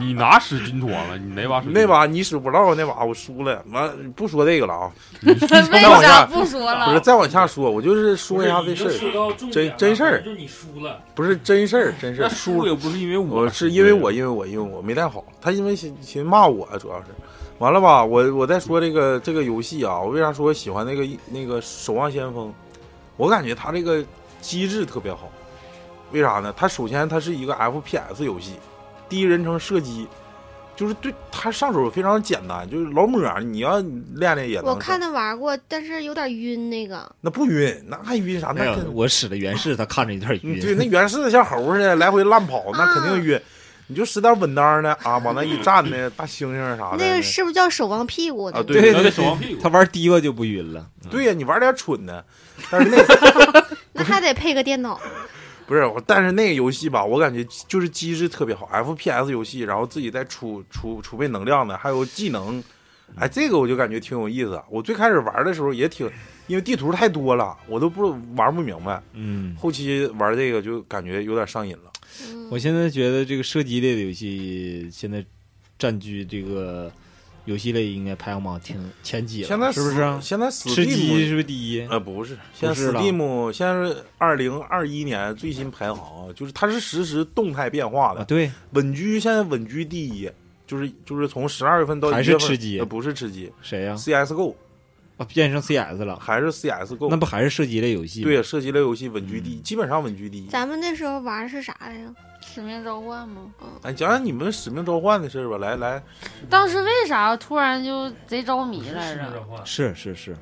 S5: 你哪使军团了？你哪把使
S4: 那把你使不到那把我输了，完不说这个了啊，
S3: 为
S4: 那我
S3: 啥
S4: 下
S3: 不说
S4: 不是
S3: 了？
S4: 再往下说，我就是说一下这事儿。
S2: 儿
S4: 真真事儿
S2: 就是你输了，
S4: 不是真事儿，真事
S5: 那
S4: 儿。输
S5: 输了
S4: 了，
S5: 也不是因为
S4: 我
S5: 我，
S4: 是因为我，因为我，因为我没带好。他因为寻寻骂我，啊主要是。完了吧，我我再说这个这个游戏啊，我为啥说喜欢那个那个《守望先锋》？我感觉它这个机制特别好。为啥呢？它首先它是一个 FPS 游戏，第一人称射击，就是对它上手非常简单，就是老抹儿你要练练也能。
S6: 我看他玩过，但是有点晕那个。
S4: 那不晕，那还晕啥？
S7: 没
S4: 那
S7: 有
S4: 跟，
S7: 我使的原氏，他看着有点
S4: 嗯，对，
S7: 晕。
S4: 那原始像猴似的来回乱跑，那肯定
S6: 啊
S4: 晕。你就使点稳当的啊，往那一站呢，大猩猩啥的。
S6: 那个是不是叫守望屁股的？
S4: 啊，
S7: 对
S4: 对
S5: 那得守望屁股
S7: 他。玩低吧就不晕了，
S4: 对呀，你玩点蠢的。但是那
S6: 那还得配个 电脑。
S4: 不是，我但是那个游戏吧，我感觉就是机制特别好，FPS 游戏，然后自己再储储储备能量的，还有技能。哎，这个我就感觉挺有意思。啊我最开始玩的时候也挺，因为地图太多了，我都不玩不明白。
S7: 嗯。
S4: 后期玩这个就感觉有点上瘾了。
S6: 嗯
S7: 我现在觉得这个射击类的游戏现在占据这个游戏类应该排行榜挺前几了，
S4: 现在
S7: 是不是啊？
S4: 现在
S7: 吃鸡
S4: Steam
S7: 是不是第一？
S4: 呃，不是，现在
S7: 是了
S4: Steam 现在是二零二一年最新排行，就是它是实时动态变化
S7: 啊，
S4: 的。
S7: 对，
S4: 稳居现在稳居第一，就是就是从十二月份到
S7: 还
S4: 1
S7: 是
S4: 月份
S7: 吃鸡
S4: 呃不是吃鸡
S7: 谁呀？
S4: ，CSGO
S7: 啊，变成 CS 了，
S4: 还是 CSGO，
S7: 那不还是射击类游戏？，
S4: 对射击类游戏稳居第一，
S7: 嗯
S4: 基本上稳居第一。
S6: 咱们那时候玩是啥来着？
S3: 使命召唤吗？
S4: 哎，讲讲你们使命召唤的事儿吧，来来，
S3: 当时为啥突然就贼着迷来着？
S7: 是是是，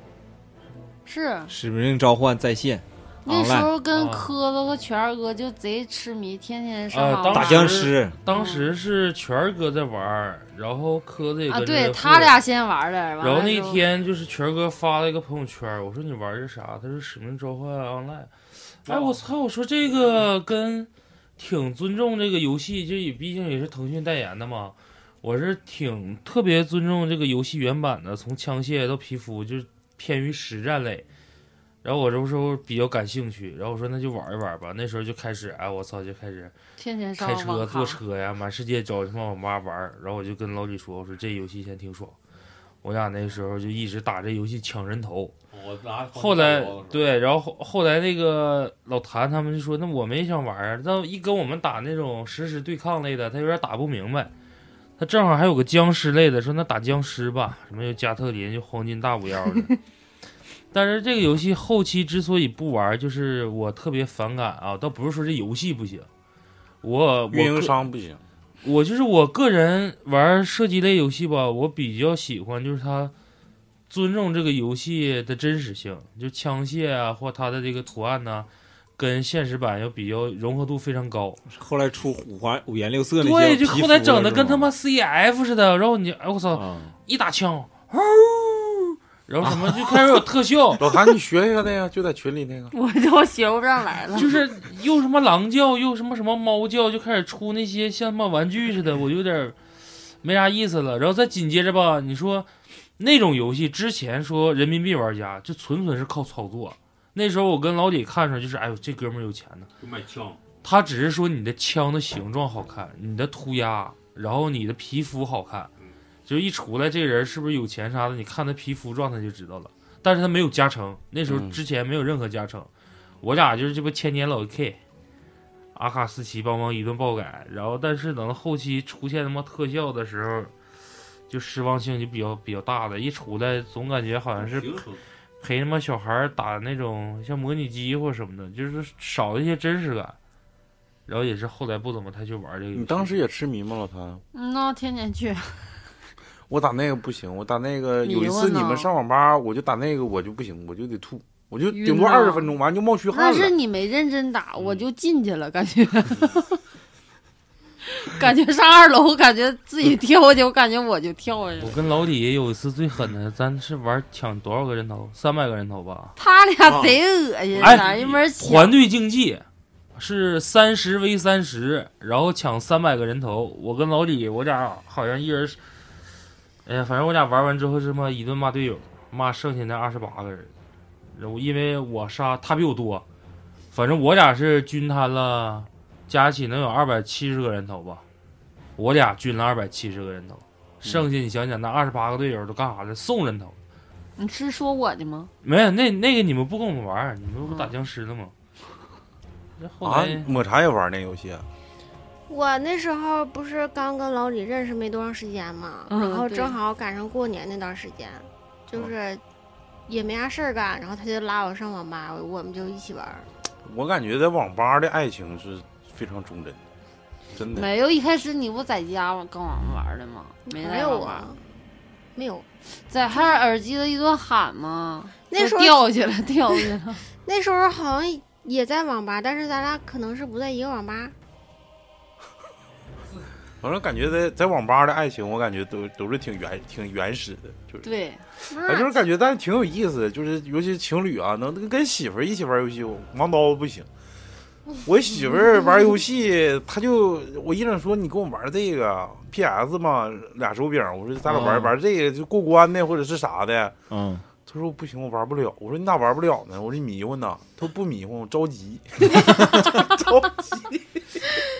S3: 是
S2: 哦
S7: 使命召唤在线
S3: 那时候跟
S2: 啊
S3: 科子和全儿哥就贼痴迷，天天上
S2: 啊
S3: 网
S2: 当
S3: 玩
S7: 打僵尸，
S2: 当时是全儿哥在玩儿，然后科子也
S3: 啊，
S2: 跟着
S3: 对
S2: 混
S3: 他俩先玩的，完了
S2: 然后那
S3: 之
S2: 天就是全哥发了一个朋友圈，我说你玩的啥？他说《使命召唤 Online》。哎，
S3: 哦
S2: 我操！我说这个跟挺尊重这个游戏，这也毕竟也是腾讯代言的嘛。我是挺特别尊重这个游戏原版的，从枪械到皮肤，就是偏于实战类。然后我这不是比较感兴趣，然后我说那就玩一玩吧。那时候就开始，哎，我操，就开始
S3: 天天上
S2: 开车、
S3: 网咖
S2: 坐车呀，满世界找他妈网吧玩儿。然后我就跟老李说，我说这游戏现在挺爽。我俩那时候就一直打这游戏抢人头。
S5: 我拿
S2: 后来对，然后后后来那个老谭他们就说，那我们也想玩儿，但一跟我们打那种实时对抗类的，他有点打不明白。他正好还有个僵尸类的，说那打僵尸吧，什么有加特林，就黄金大五幺的。 但是这个游戏后期之所以不玩儿，就是我特别反感啊，倒不是说这游戏不行，我我
S4: 运营
S2: 个
S4: 商不行，，
S2: 我就是我个人玩射击类游戏吧，我比较喜欢就是它尊重这个游戏的真实性，就枪械啊或它的这个图案呐、跟现实版要比较融合度非常高。
S7: 后来出五花五颜六色那
S2: 对，
S7: 些皮
S2: 就
S7: 肤了，
S2: 后来整的
S7: 是
S2: 跟
S7: 吗
S2: 他妈 CF 似的，然后你哎我操，
S7: 啊，
S2: 一打枪，嗷然后什么就开始有特效
S4: 老谭，你学一个那个，就在群里那个，
S3: 我就学不上 来了。
S2: 就是又什么狼叫，又什么什么猫叫，就开始出那些像他妈玩具似 的，我就有点儿没啥意思了。然后再紧接着吧，你说那种游戏之前说人民币玩家，就纯纯是靠操作。那时候我跟老李看上，就是哎呦这哥们儿有钱呢。
S5: 就卖枪，
S2: 他只是说你的枪的形状好看，你的涂鸦，然后你的皮肤好看，就是一出来这人是不是有钱啥的，你看他皮肤状态就知道了。但是他没有加成，那时候
S4: 嗯
S2: 之前没有任何加成，我俩就是这不千年老 K，阿卡斯奇帮忙一顿爆改，然后但是等到后期出现他妈特效的时候，就失望性就比较比较大的，一出来总感觉好像是
S5: 平衡
S2: 陪他妈小孩儿打那种像模拟机或什么的，就是少了一些真实感。然后也是后来不怎么太去玩这个游戏。
S4: 你当时也痴迷吗，老谭？
S3: 嗯那天天去，
S4: 我打那个不行，我打那个
S3: 迷
S4: 有一
S3: 糊
S4: 次
S3: 呢
S4: 你们上网吧，我就打那个我就不行，我就得吐，我就顶
S3: 晕
S4: 多
S3: 了
S4: 二十分钟，完就冒虚
S3: 那
S4: 汗
S3: 是
S4: 了。
S3: 你没认真
S2: 嗯
S3: 打，我就进去了，感觉， 感觉上二楼，感觉自己跳下去，我感觉我就跳下去
S2: 我
S3: 了。
S2: 跟老李有一次最狠的，咱是玩抢多少个人头？三百个人头吧。
S3: 他俩贼恶心，啊
S2: 哎
S3: 俩一门抢
S2: 团队竞技是三十 v 三十，然后抢三百个人头。我跟老李，我俩好像一人是，哎呀，反正我俩玩完之后是妈一顿骂队友，骂剩下那二十八个人。然后因为我杀他比我多，反正我俩是均摊了，加起能有二百七十个人头吧。我俩均了二百七十个人头，剩下你想想那二十八个队友都干啥了？送人头。
S3: 你是说我的吗？
S2: 没有，那那个你们不跟我们玩儿，你们不打僵尸了吗？那后
S4: 啊
S2: 来、，
S4: 抹茶也玩那游戏啊，
S6: 我那时候不是刚跟老李认识没多长时间嘛，
S3: 嗯
S6: 然后
S3: 对
S6: 正好赶上过年那段时间，
S4: 哦
S6: 就是也没啥事儿干，然后他就拉我上网吧，我们就一起玩儿。
S4: 我感觉在网吧的爱情是非常忠贞的，真的。
S3: 没有，一开始你不在家跟我们玩的吗？没
S6: 没
S3: 来
S6: 有
S3: 玩
S6: 啊，没有。
S3: 在哈尔耳机的一顿喊吗？
S6: 那时候
S3: 就掉下去了， 掉下去了。
S6: 那时候好像也在网吧，但是咱俩可能是不在一个网吧。
S4: 反正感觉在在网吧的爱情，我感觉都都是挺原挺原始的，就是。
S3: 对，
S6: 不
S4: 哎，就是
S6: 是，
S4: 感觉，但是挺有意思的，就是尤其情侣啊，能跟跟媳妇儿一起玩游戏，我王刀 不行。我媳妇儿玩游戏，她就我一整说你跟我玩这个 PS 嘛，俩手柄，我说咱俩玩、
S2: 嗯
S4: 玩这个就过关的或者是啥的，
S7: 嗯，
S4: 她说不行，我玩不了。我说你咋玩不了呢？我说你迷糊呢。她说不迷糊，我着急， 着急。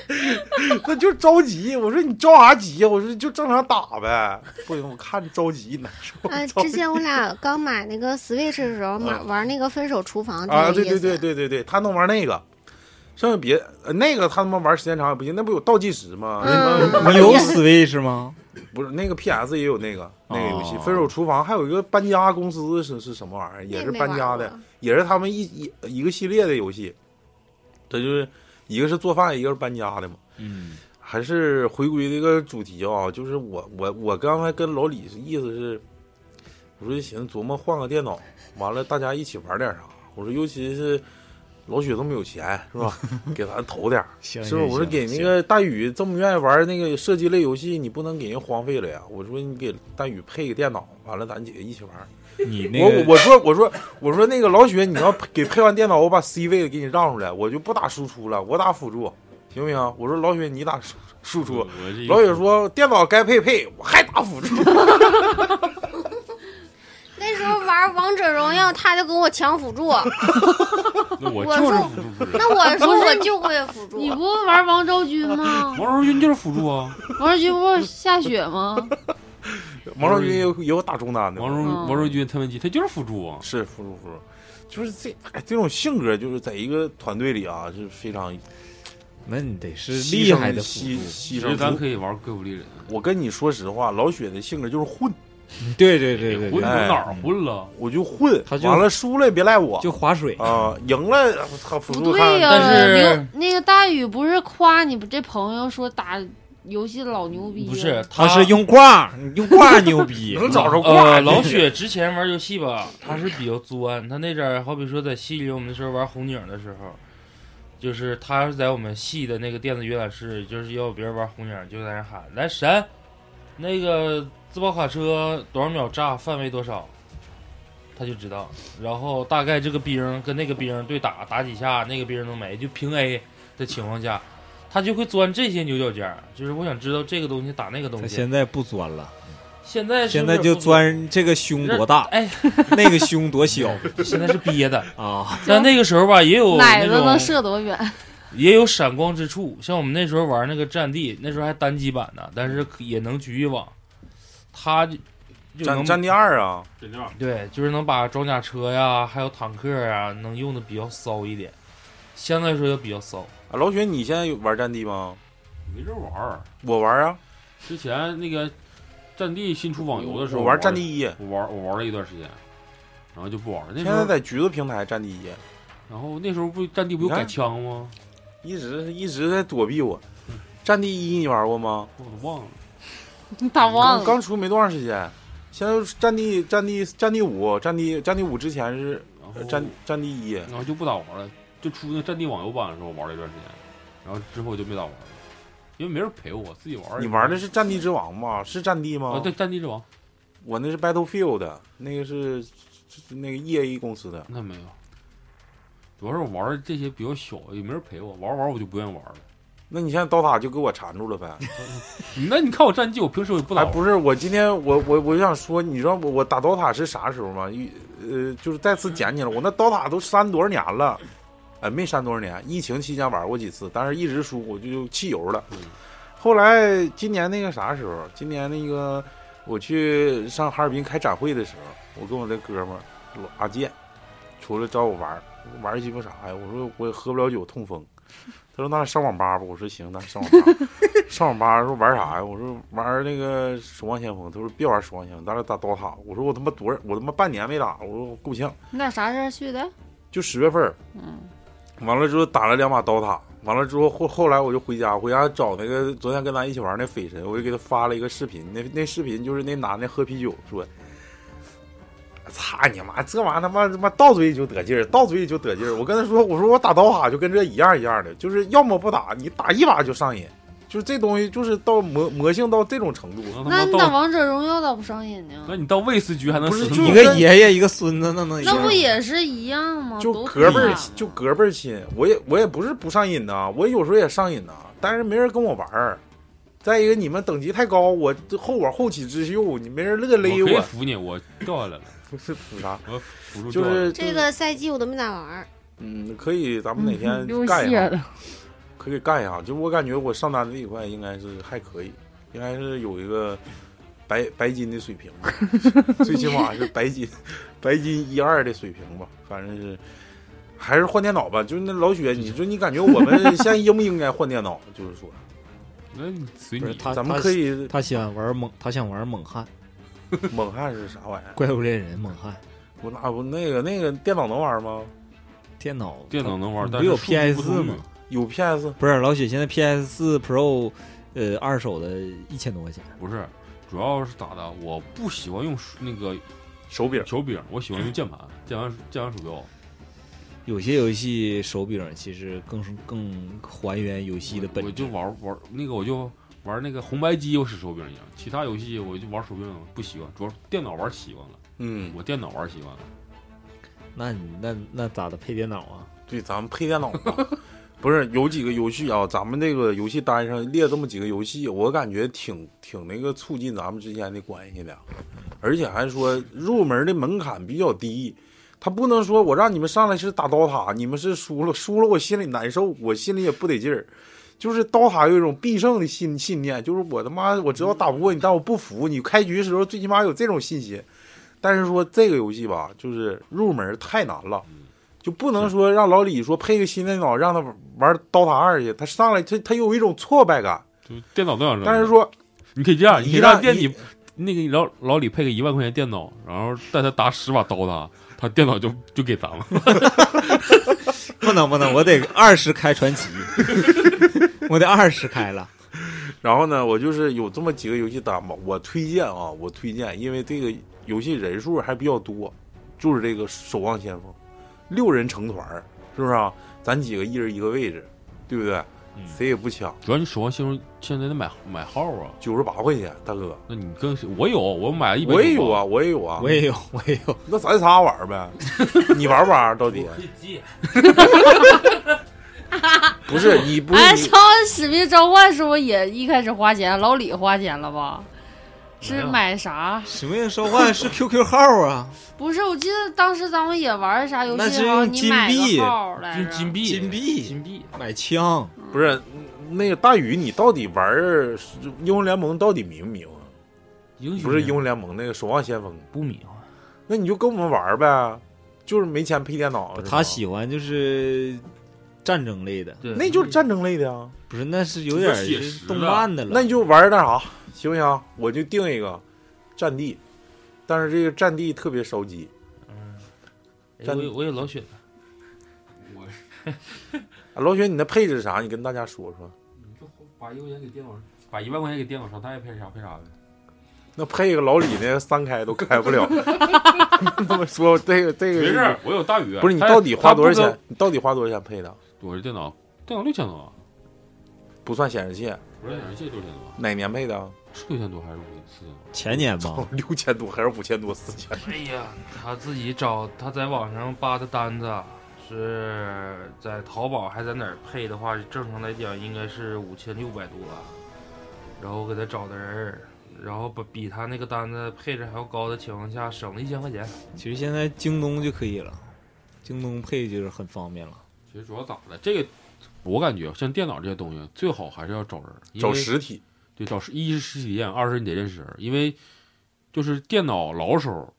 S4: 她就着急，我说你着啥急呀？我说就正常打呗。不行，我看着着急难受。
S6: 呃，
S4: 着
S6: 之前我俩刚买那个 Switch 的 时候，买
S4: 嗯
S6: 玩那个《分手厨房》
S4: 啊，
S6: 挺
S4: 对
S6: 有意
S4: 对
S6: 思
S4: 对对对对，他能玩那个，剩下别呃那个他他妈玩时间长也不行，那不有倒计时吗？
S6: 嗯
S4: 什么
S7: 你有 Switch 吗？
S4: 不是那个 PS 也有那个那个游戏，
S7: 哦
S4: 分手厨房》还有一个搬家公司是是什么玩意儿，也是搬家的，。也是他们一一一个系列的游戏，这就是一个是做饭，一个是搬家的嘛。
S7: 嗯，
S4: 还是回归这个主题啊，就是我我我刚才跟老李是意思是，我说寻思琢磨换个电脑，完了大家一起玩点啥。我说尤其是老许这么有钱是 吧，给咱投点儿，
S7: 行，
S4: 是不是？
S7: 行
S4: 我说给那，个大宇这么愿意玩那个射击类游戏，你不能给人荒废了呀。我说你给大宇配个电脑，完了咱几个一起玩。
S7: 行你那个
S4: 我我说我说我说那个老许，你要给配完电脑，我把 C 位给你让出来，我就不打输出了，我打辅助，行不行？我说老许你打输输出，
S5: 我
S7: 嗯
S5: 这一
S4: 老许说电脑该配配，我还打辅 助。
S6: 那时候玩王者荣耀，他就跟我抢 辅助，
S5: 那我
S6: 我
S5: 就是
S6: 说
S5: 辅助职业，
S6: 那我说我就会辅助
S3: 你。不玩王昭君 吗？
S5: 王昭君就是辅助啊，
S3: 王昭君不下雪吗？
S4: 王少军也有也有打中单的，
S5: 王昭
S3: 嗯
S5: 王昭君太文姬，她就是辅助啊，
S4: 是辅助辅助，就是这哎这种性格，就是在一个团队里啊是非常
S7: 那你得是
S4: 牺
S7: 厉
S4: 牲
S7: 害的辅
S4: 牺
S7: 助，
S4: 牺
S5: 其实咱
S4: 牲。
S5: 可以玩怪物猎人，
S4: 我跟你说实话，老雪的性格就是混，
S7: 对对对对
S5: 混到
S4: 哎
S7: 对，
S5: 哪儿混了？
S4: 我就混，
S7: 他就
S4: 完了输了也别赖我，
S7: 就划水，
S4: 啊、赢了我操辅
S3: 不
S4: 助
S3: 对
S4: 看
S3: 呀、
S2: 但是
S3: 刘那个大宇不是夸你这朋友说打游戏老牛逼了，
S2: 不是，
S7: 他是用挂，用挂牛逼， 嗯
S4: 能找着挂、
S2: 呃， 老雪之前玩游戏吧，他是比较钻。他那阵儿，好比说在戏里，我们那时候玩红警的时候，就是他是在我们系的那个电子阅览室，就是要别人玩红警，就在那喊来神，那个自爆卡车多少秒炸，范围多少，他就知道。然后大概这个兵跟那个兵对打，打几下那个兵能没，就平 A 的情况下，他就会钻这些牛角尖儿。就是我想知道这个东西打那个东
S7: 他
S2: 西。
S7: 现在不钻了，
S2: 现在是
S7: 现
S2: 不是
S7: 在就
S2: 不
S7: 钻这个胸 多大，
S2: 哎，
S7: 那个胸多小
S2: 现在是憋 的。
S7: 啊！
S2: 但那个时候吧，也有
S3: 奶
S2: 那
S3: 子能
S2: 种
S3: 射多远？
S2: 也有闪光之处。像我们那时候玩那个战地，那时候还单机版呢，但是可也能局域网，它就就
S4: 战
S2: 能
S4: 战地二啊，
S5: 真的，
S2: 对，就是能把装甲车呀，还有坦克呀，能用的比较骚一点，相对来说也比较骚。
S4: 啊老雪，你现在有玩战地吗？
S5: 没人玩儿。
S4: 我玩啊，
S5: 之前那个战地新出网游的时候，
S4: 我
S5: 我
S4: 玩
S5: 玩
S4: 战，地一，
S5: 我玩我玩了一段时间，然后就不玩了。那
S4: 现
S5: 时
S4: 在
S5: 候，
S4: 在橘子平台战地一，
S5: 然后那时候不战地不有
S4: 你看
S5: 改枪吗？
S4: 一直一直在躲避我。
S5: 嗯
S4: 战地一你玩过吗？
S5: 我都忘了。
S3: 你打忘
S4: 刚
S3: 了？
S4: 刚出没多长时间。现在战地战地战地五战地战地五之前是呃
S5: 然后
S4: 战战地一，
S5: 然后就不咋哦玩了，就出那战地网游版的时候玩了一段时间，然后之后就没咋玩了，因为没人陪我，自己玩儿。
S4: 你玩的是战地之王吗？是战地吗？
S5: 啊？对，，战地之王
S4: 我那是 Battlefield，那个是是那个 EA 公司的。
S5: 那没有，主要是玩儿这些比较小，也没人陪我，玩儿玩儿我就不愿意玩儿了。
S4: 那你现在刀塔就给我缠住了呗？
S5: 那你看我战绩，我平时我也不咋
S4: 哎，
S5: 玩儿，
S4: 不是，我今天我我我就想说，你知道我我打刀塔是啥时候吗？一呃，就是再次捡起来，我那刀塔都删多少年了，哎，没删多少年，疫情期间玩过几次，但是一直输，我就就弃游了
S5: 嗯。
S4: 后来今年那个啥时候？今年那个我去上哈尔滨开展会的时候，我跟我那哥们儿老阿健出来找我玩儿，玩儿鸡巴啥呀？我说我也喝不了酒，痛风。他说：“那上网吧吧。”我说：“行，那上网吧。” 上网吧说玩啥呀？我说玩那个《守望先锋》。他说别玩《守望先锋》，咱俩打 DOTA。我说我他妈多少，我他妈半年没打，我说够呛。
S3: 你俩啥时候去的？
S4: 就十月份儿，
S3: 嗯，
S4: 完了之后打了两把 DOTA，完了之后后后来我就回家，回家找那个昨天跟咱一起玩那匪神，我就给他发了一个视频，那那视频就是那男的喝啤酒说。操你妈！这玩意儿他妈他妈到嘴里就得劲儿，到嘴里就得劲儿。我跟他说，我说我打刀塔就跟这一样一样的，就是要么不打，你打一把就上瘾，就是这东西就是到魔魔性到这种程度。
S5: 那
S3: 那
S5: 他
S3: 你
S5: 妈
S3: 打
S5: 到
S3: 王者荣耀咋不上瘾呢？
S5: 那你到卫斯局还能
S4: 不是
S5: 死
S4: 就
S5: 那
S7: 一
S5: 么
S4: 是
S5: 多
S7: 个爷爷，一个孙子，那能一
S3: 那
S7: 样？
S3: 不也是一样吗？
S4: 就
S3: 啊都
S4: 隔辈
S3: 一
S4: 儿
S3: 样
S4: 就隔辈儿亲，我也我也不是不上瘾呐，我有时候也上瘾呐，啊但是没人跟我玩儿。再一个，你们等级太高，我这后我后起之秀，你没人乐勒
S5: 我可以
S4: 我，
S5: 扶你，我掉下来了，
S4: 不是补啥，
S5: 我扶住
S4: 就
S5: 掉下来了。
S4: 是
S6: 这个赛季我都没咋玩儿，
S4: 嗯，可以，咱们哪天
S3: 流
S4: 干一
S3: 血
S4: 下，
S3: 了，
S4: 可以干一下。就我感觉我上单这一块应该是还可以，应该是有一个白白金的水平吧， 最起码是白金 白金一二的水平吧，反正是。还是换电脑吧，就是那老雪，你说你感觉我们现在应不应该换电脑？ 就是说，
S5: 那你随
S7: 不是
S5: 你，
S7: 他，
S4: 咱们
S7: 他
S4: 可以
S7: 他喜欢玩猛，他想玩猛汉，
S4: 猛汉是啥玩意儿？
S7: 怪物猎人猛汉，
S4: 我那不那个那个电脑能玩吗？
S7: 电脑
S5: 电脑能玩儿，
S7: 你
S5: 但
S7: 不
S5: 是
S7: 有
S5: 数据
S7: PS
S5: 不通
S7: 吗
S5: 用？
S4: 有 PS
S7: 不是老许，现在 PS 四 Pro，呃，二手的一千多块钱，
S5: 不是，主要是咋的？我不喜欢用鼠那个
S4: 手柄，
S5: 手柄，我喜欢用键盘、键盘、键盘鼠标。
S7: 有些游戏手柄其实更更还原游戏的本
S5: 我
S7: 质。
S5: 就玩玩那个，我就玩那个红白机，我使手柄一样。其他游戏我就玩手柄不习惯，主要是电脑玩习惯了。
S4: 嗯，
S5: 我电脑玩习惯了，
S7: 那你那那咋的配电脑啊？
S4: 对，咱们配电脑嘛。不是有几个游戏啊？咱们这个游戏单上列这么几个游戏，我感觉挺挺那个促进咱们之间的关系的，而且还说入门的门槛比较低。他不能说我让你们上来是打刀塔，你们是输了，输了我心里难受，我心里也不得劲儿。就是刀塔有一种必胜的信信念，就是我他妈我知道打不过你，但我不服你。开局的时候最起码有这种信心。但是说这个游戏吧，就是入门太难了，就不能说让老李说配个新电脑让他玩刀塔二去，他上来他他有一种挫败感。
S5: 就电脑都想扔。
S4: 但是说
S5: 你可以这样，你
S4: 一
S5: 可以让
S4: 旦
S5: 电
S4: 一
S5: 你那个老老李配个一万块钱电脑，然后带他打十把刀他，他电脑就就给咱们。
S7: 不能不能，我得二十开传奇，我得二十开了。
S4: 然后呢，我就是有这么几个游戏单吧，我推荐啊，我推荐，因为这个游戏人数还比较多，就是这个《守望先锋》，六人成团儿，是不是啊？咱几个一人一个位置，对不对？
S5: 嗯
S4: 谁也不抢，
S5: 主要你守望先锋现在得买买号啊，
S4: 九十八块钱，大哥，
S5: 那你跟谁我有，我买了一百，
S4: 我也有啊，，我也有啊，
S7: 我也有，我也有。
S4: 那咱仨玩儿呗，你玩不玩儿到 底？
S2: 以借，
S4: 不是你不
S3: 哎，
S4: 是你
S3: 超使命召唤是不是也一开始花钱？老李花钱了吧？
S2: 没
S3: 是
S2: 有
S3: 买啥？
S7: 使命召唤 是 QQ 号啊，
S3: 不是，我记得当时咱们也玩啥游
S7: 那是
S3: 戏，然后
S7: 用
S3: 你
S7: 金
S3: 买
S7: 币
S3: 个号来
S2: 用
S3: 着。
S2: 金币，
S7: 金币
S2: 金币，
S7: 买枪，
S4: 不是那个大宇，你到底玩儿英雄联盟到底迷不迷糊啊？
S7: 嗯
S2: 英雄
S4: 不是英
S2: 联盟
S4: 雄联盟那个守望先锋，
S2: 不迷啊糊，
S4: 那你就跟我们玩儿呗，就是没钱配电脑。是吧
S7: 他喜欢就是战争类的，
S2: 对，
S4: 那就是战争类的呀，
S7: 不是那是有点儿
S5: 这都写实
S7: 动
S5: 了
S7: 漫的了。
S4: 那你就玩儿那啥行不行？我就定一个战地，但是这个战地特别烧鸡，
S2: 哎我有我有老雪，
S5: 我
S4: 啊老雪，你那配置是啥？你跟大家说说。
S5: 你就把一块钱给电脑，把一万块钱给电脑上，他爱配啥配啥呗。
S4: 那配一个老李那个三开都开不 了，这么说这个这个
S5: 没事儿，我有大宇。
S4: 不是你
S5: 他
S4: 到底花多少？
S5: 他
S4: 钱？你到底花多少钱配的？
S5: 不跟我这电脑，电脑六千多，啊
S4: 不算显示器，
S5: 不是显示器六千多，啊
S4: 哪年配的？啊
S5: 是六千多还是五千四千多？
S7: 前年吧，
S4: 六千多还是五千多？四千？
S2: 哎呀，他自己找他在网上扒的单子，是在淘宝还在哪儿配的话，正常来讲应该是五千六百多，然后给他找的人儿，然后把比他那个单子配置还要高的情况下，省了一千块钱。
S7: 其实现在京东就可以了，京东配就是很方便了。
S5: 其实主要咋的？这个我感觉像电脑这些东西，最好还是要找人，因为
S4: 找实体，
S5: 对找实，一是实体店，二是你得认识人，因为就是电脑老手，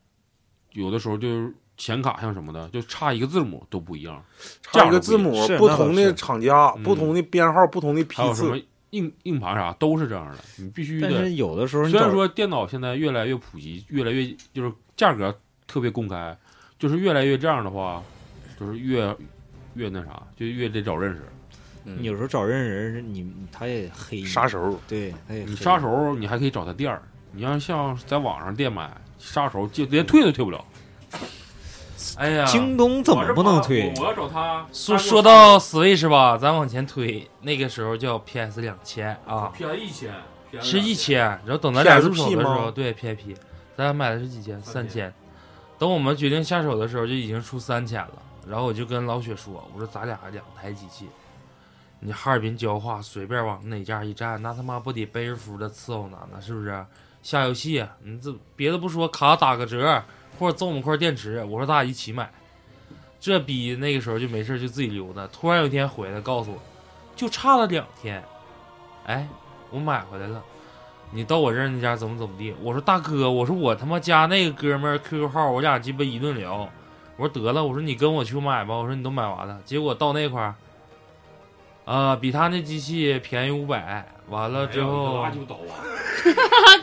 S5: 有的时候就是显卡像什么的，就差一个字母都不一样，
S4: 差一个字母，
S7: 是
S4: 不同
S7: 那倒
S4: 的
S7: 是
S4: 厂家、
S5: 嗯
S4: 不同的编号、不同的批
S5: 还有什么
S4: 次，
S5: 硬硬盘啥都是这样的，你必须
S7: 但
S5: 得
S7: 是有的时候你
S5: 虽然
S7: 找
S5: 说电脑现在越来越普及，越来越就是价格特别公开，就是越来越这样的话，就是越越那啥，就越得找认识。
S7: 你有时候找认人，你他也黑你
S4: 啥时候？
S7: 对，他也
S5: 你
S7: 黑
S5: 杀手你还可以找他店儿，你要像在网上店买杀手，就连退都退不了。
S2: 哎呀，
S7: 京东怎么不能退？
S5: 我要找他
S2: 说说到 Switch 吧，咱往前推，那个时候叫 PS 两千啊，
S5: 便宜一千，
S2: 是一千，然后等咱俩入手的时
S4: PSP
S2: 候，
S4: 吗
S2: 对 PIP，咱俩买的是几千？三千。等我们决定下手的时候，就已经出三千了。然后我就跟老雪说：“我说咱俩两台机器，你哈尔滨焦化，随便往哪家一站，那他妈不得背着服的伺候咱呢？是不是？下游戏，啊你这别的不说，卡打个折或者赠我们块电池，我说咱俩一起买。这逼那个时候就没事就自己溜达，突然有一天回来告诉我，就差了两天，哎，我买回来了。”你到我这儿那家怎么怎么地？我说大哥，我说我他妈加那个哥们儿 QQ 号，我俩鸡巴一顿聊。我说得了，我说你跟我去买吧，我说你都买完了。结果到那块儿，啊、比他那机器便宜五百。完了之后，
S5: 哎就倒 啊！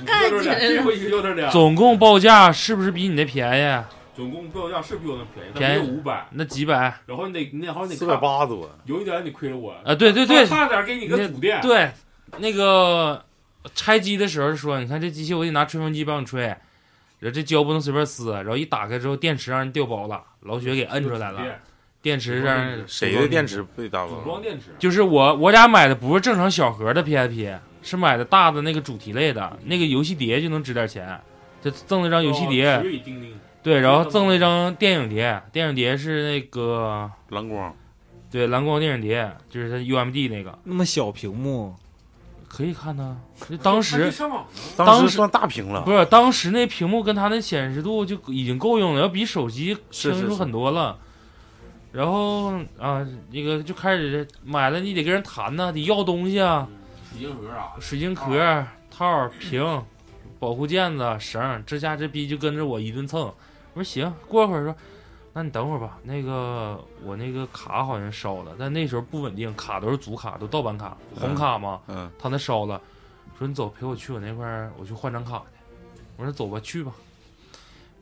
S5: 干起来这回一个就这俩，
S2: 总共报价是不是比你那便宜？
S5: 总共标价是比我那便宜，
S2: 便宜
S5: 五百，
S2: 那几百啊、
S5: 然后你得你得好像
S4: 四百，八多，
S5: 有一点你亏了我。
S2: 对呃对对
S5: 差点给你
S2: 个
S5: 土 店
S2: 对，那个拆机的时候说，你看这机器我得拿吹风机帮你吹，然后这胶不能随便撕，然后一打开之后电池让人掉包了，老雪给摁出来了。电池让人
S4: 谁的电池被打
S5: 组
S4: 包
S5: 装
S4: 了？
S5: 电池，
S2: 就是我我俩买的不是正常小盒的 PSP，是买的大的那个主题类的，那个游戏碟就能值点钱，就赠了一张游戏碟，
S5: 只有一钉钉，
S2: 对，然后赠了一张电影碟，电影碟是那个
S4: 蓝光，
S2: 对蓝光电影碟，就是它 UMD 那个
S7: 那么小屏幕，
S2: 可以看呢。就当时
S5: 上网呢，
S4: 当时
S2: 时
S4: 算大屏了
S2: 啊不，是当时那屏幕跟它那显示度就已经够用了，要比手机
S4: 是是
S2: 清楚很多了。然后啊，那个就开始买了，你得跟人谈呐，得要东西啊。
S5: 洗净盒啥
S2: 水晶壳、
S4: 啊
S2: 套儿、瓶、保护毽子、绳儿，这家这逼就跟着我一顿蹭。我说行，过会儿说，那你等会儿吧，那个我那个卡好像烧了，但那时候不稳定，卡都是组卡，都盗版卡，红卡嘛，
S4: 嗯，
S2: 他那烧了，说你走，陪我去我那块儿，我去换张卡去。我说走吧，去吧。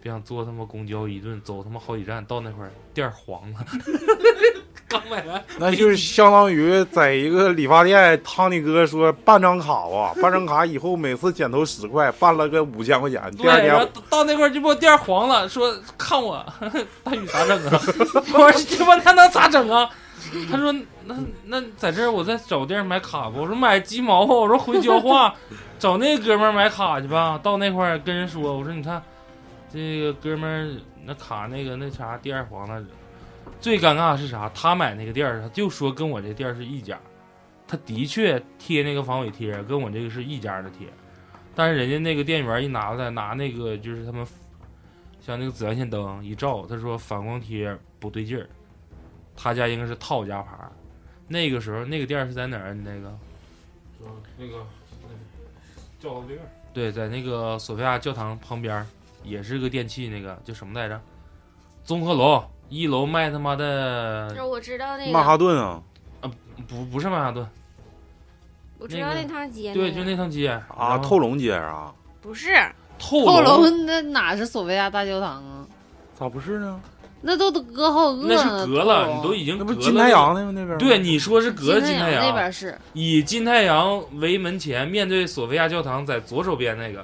S2: 别想坐他妈公交一顿，走他妈好几站，到那块儿店儿黄了，嘎买完
S4: 那就是相当于在一个理发店，汤尼哥说办张卡吧，办张卡以后每次剪头十块，办了个五千块钱，第二
S2: 对，然后
S4: 天
S2: 到到那块儿就把我店儿黄了，说看我大宇咋整啊？ 我说这帮他能咋整啊？他说那那在这儿我再找店儿买卡吧。我说买鸡毛啊，我说回焦化，找那哥们儿买卡去吧。到那块儿跟人说，我说你看这个哥们儿那卡那个那啥店儿黄了。最尴尬的是啥？他买那个店儿，他就说跟我这店儿是一家，他的确贴那个防伪贴，跟我这个是一家的贴。但是人家那个店员一拿过来，拿那个就是他们像那个紫外线灯一照，他说反光贴不对劲儿，他家应该是套家牌儿。那个时候那个店儿是在哪儿啊？你那个？那个教堂对面。对，在那个索菲亚教堂旁边儿，也是个电器，那个叫什么来着？综合楼一楼卖他妈的
S6: 哦，我知道那
S4: 曼
S6: 个，
S4: 哈顿啊
S2: 不不是曼哈顿，
S6: 我知道
S2: 那
S6: 那
S2: 个
S6: 趟街，
S2: 对，就那趟街
S4: 啊，
S2: 然后
S4: 透龙街啊，
S6: 不是
S2: 透
S3: 后
S2: 楼，
S3: 龙那哪是索菲亚大教堂啊？
S4: 咋不是呢？
S3: 那都隔好饿
S2: 那是
S3: 呢
S2: 隔了，你都已经
S4: 那
S2: 隔
S4: 不
S2: 了
S4: 是金太阳那吗？那边
S2: 对，你说是隔着
S3: 金
S2: 金
S3: 太
S2: 太
S3: 阳那
S2: 阳，
S3: 边是
S2: 以金太阳为门前，面对索菲亚教堂，在左手边那个。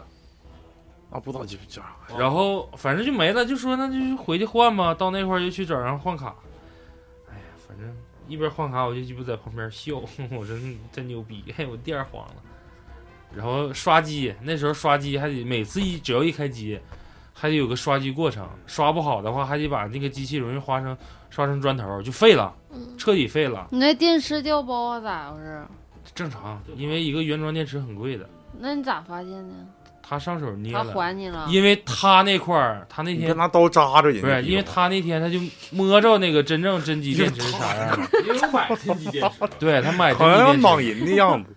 S4: 啊，不知道就这样。
S2: 然后反正就没了，就说那就回去换吧。到那块儿就去找人换卡。哎呀，反正一边换卡，我就鸡巴在旁边笑， 我说嗯真牛逼，嘿，我店儿黄了。然后刷机，那时候刷机还得每次一只要一开机，还得有个刷机过程，刷不好的话还得把那个机器容易刷成刷成砖头，就废了，
S6: 嗯
S2: 彻底废了。
S3: 你那电池掉包啊？咋回事？
S2: 正常，因为一个原装电池很贵的，
S3: 那你咋发现的？
S2: 他上手捏
S3: 他
S2: 了，
S3: 还你了？
S2: 因为他那块儿，他那
S4: 你
S2: 天
S4: 别拿刀扎着人家，
S2: 不是，因为他那天他就摸着那个真正真机 电池是啥样了，
S5: 因为我买真机电池，
S2: 对他买真
S4: 好像要
S2: 机电
S4: 莽
S2: 池，
S4: 人的 样子，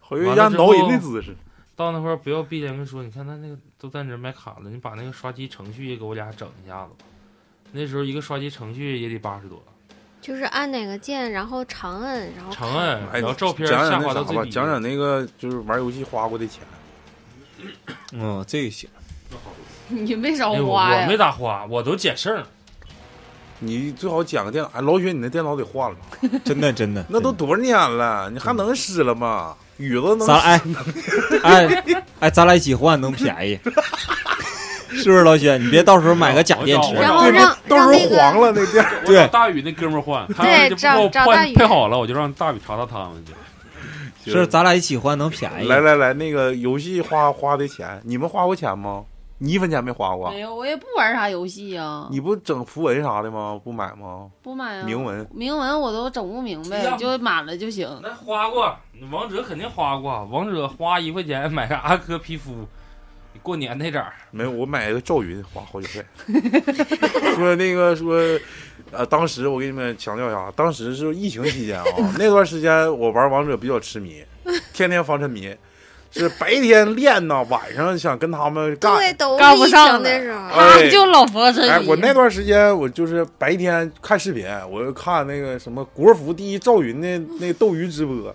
S4: 好像
S2: 完
S4: 家
S2: 了之后
S4: 挠人的姿势。
S2: 到那块儿不要闭眼跟说，你看他那个都在你这儿买卡了，你把那个刷机程序也给我俩整一下子。那时候一个刷机程序也得八十多，
S6: 就是按哪个键，然后长摁，然后
S2: 长
S6: 看
S2: 摁，
S4: 哎，
S2: 然后照片
S4: 讲
S2: 下
S4: 讲
S2: 滑
S4: 那啥
S2: 到
S4: 吧
S2: 最，底。
S4: 讲讲那个就是玩游戏花过的钱。
S7: 嗯，这个行。
S3: 你没少
S2: 哎呦，我
S3: 花
S2: 我
S3: 呀
S2: 没？咋花，我都捡剩儿。
S4: 你最好捡个电脑，哎，老雪，你那电脑得换了，
S7: 真的真的，
S4: 那都
S7: 真的
S4: 多少年了，你还能使了吗？雨子能
S7: 咱哎哎哎，咱俩一起换能便宜，是不是老雪？你别到时候买个假电
S5: 我找
S7: 池，
S6: 然后
S4: 对
S6: 让
S4: 到
S6: 让
S4: 时
S6: 那
S4: 候黄了
S6: 个
S4: 那电脑，
S5: 我找大宇那哥们儿换，他
S6: 对
S5: 就不
S6: 找
S5: 给我
S6: 找大
S5: 换
S6: 宇
S5: 配好了，我就让大宇查查他们去。
S7: 是不是？咱俩一起换能便宜。
S4: 来来来，那个游戏花花的钱，你们花过钱吗？你一分钱没花过
S3: 没？有，我也不玩啥游戏啊，
S4: 你不整符文啥的吗？不买吗？
S3: 不买
S6: 嗯
S3: 啊。
S4: 铭文
S3: 铭文我都整不明
S2: 一
S3: 白，
S2: 样
S3: 就满了就行。
S2: 那花过，王者肯定花过，王者花一块钱买个阿珂皮肤，过年那阵儿。
S4: 没有，我买个赵云花好几块。 说那个说，呃，当时我给你们强调一下，啊当时是疫情期间啊，那段时间我玩王者比较痴迷，天天防沉迷，是白天练呐，晚上想跟他们干。呃
S6: 对都
S3: 干不
S6: 疫
S3: 上
S6: 情
S3: 了
S6: 的时候，
S3: 他就老佛神
S4: 哎，
S3: 医
S4: 我那段时间我就是白天看视频，我就看那个什么国服第一赵云的那斗鱼直播，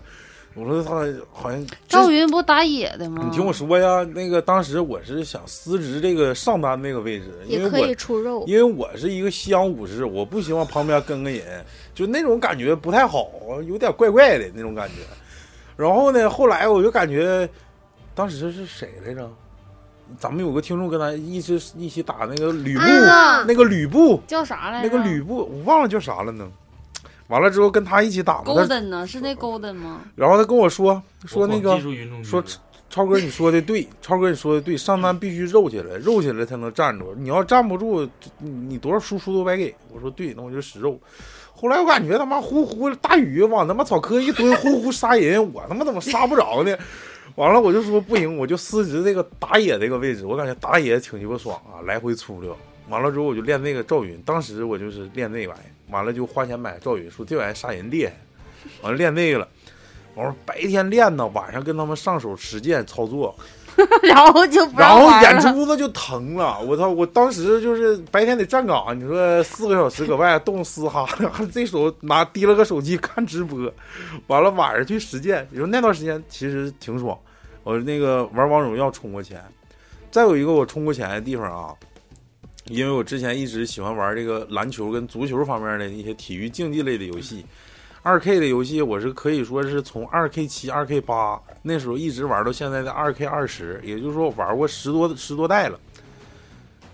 S4: 我说他好像
S3: 赵云不打野的吗？
S4: 你听我说呀，那个当时我是想司职这个上单那个位置，因
S6: 也
S4: 为
S6: 可以
S4: 我
S6: 出肉，
S4: 因为我是一个西洋武士，我不希望旁边跟个人，就那种感觉不太好，有点怪怪的那种感觉。然后呢，后来我就感觉，当时是谁来着？咱们有个听众跟咱一直一起打那个吕布，
S6: 啊
S4: 那个吕布，
S3: 叫啥来
S4: 那
S3: 着？
S4: 个吕布，我忘了叫啥了呢。完了之后跟他一起打嘛，他
S3: Golden 呢？是那 Golden 吗？
S4: 然后他跟我说说那
S2: 我
S4: 个
S2: 记住云中君
S4: 说
S2: 了
S4: 超哥，你说的对，超哥你说的对，上单必须肉起来，肉起来才能站住。你要站不住，你你多少输出都白给。我说对，那我就使肉。后来我感觉他妈呼呼大雨往他妈草窠一蹲，呼呼杀人， 我他妈怎么杀不着呢？完了我就说不行，我就司职这个打野这个位置，我感觉打野挺鸡巴爽啊，来回粗溜。完了之后我就练那个赵云，当时我就是练那玩意儿，完了就花钱买赵云，说这玩意儿杀人厉害，完了练那个了。我说白天练呢，晚上跟他们上手实践操作，
S3: 然后就不
S4: 然
S3: 让
S4: 后
S3: 玩
S4: 眼
S3: 了。
S4: 珠子就疼了，我操！我当时就是白天得站岗，你说四个小时搁外冻嘶哈的，还这手拿提了个手机看直播，完了晚上去实践。你说那段时间其实挺爽，我那个玩王者荣耀充过钱，再有一个我充过钱的地方啊，因为我之前一直喜欢玩这个篮球跟足球方面的一些体育竞技类的游戏。二 K 的游戏，我是可以说是从二 K 七、二 K 八那时候一直玩到现在的二 K 二十，也就是说我玩过十多十多代了。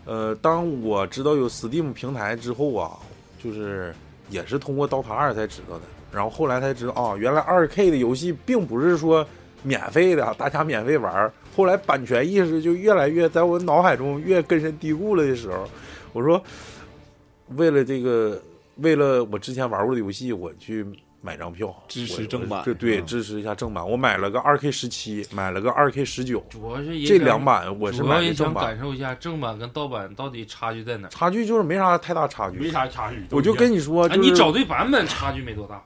S4: 呃，当我知道有 Steam 平台之后啊，就是也是通过《刀塔二》才知道的，然后后来才知道啊，原来二 K 的游戏并不是说免费的，大家免费玩儿。后来版权意识就越来越在我脑海中越根深蒂固了的时候，我说，为了这个，为了我之前玩过的游戏，我去买张票，
S7: 支持
S4: 我
S7: 正版
S4: 我这对，
S7: 嗯
S4: 支持一下正版。我买了个二 K 十七，买了个二 K 十九，
S2: 主要是也
S4: 这
S2: 想
S4: 两版我是
S2: 主要
S4: 买
S2: 也
S4: 的
S2: 想
S4: 正
S2: 感
S4: 版，
S2: 受一下正版跟盗版到底差距在哪儿。
S4: 差距就是没啥太大差距，
S5: 没啥差距。
S4: 我就跟你说，
S2: 啊，
S4: 就是、
S2: 你找对版本差距没多大，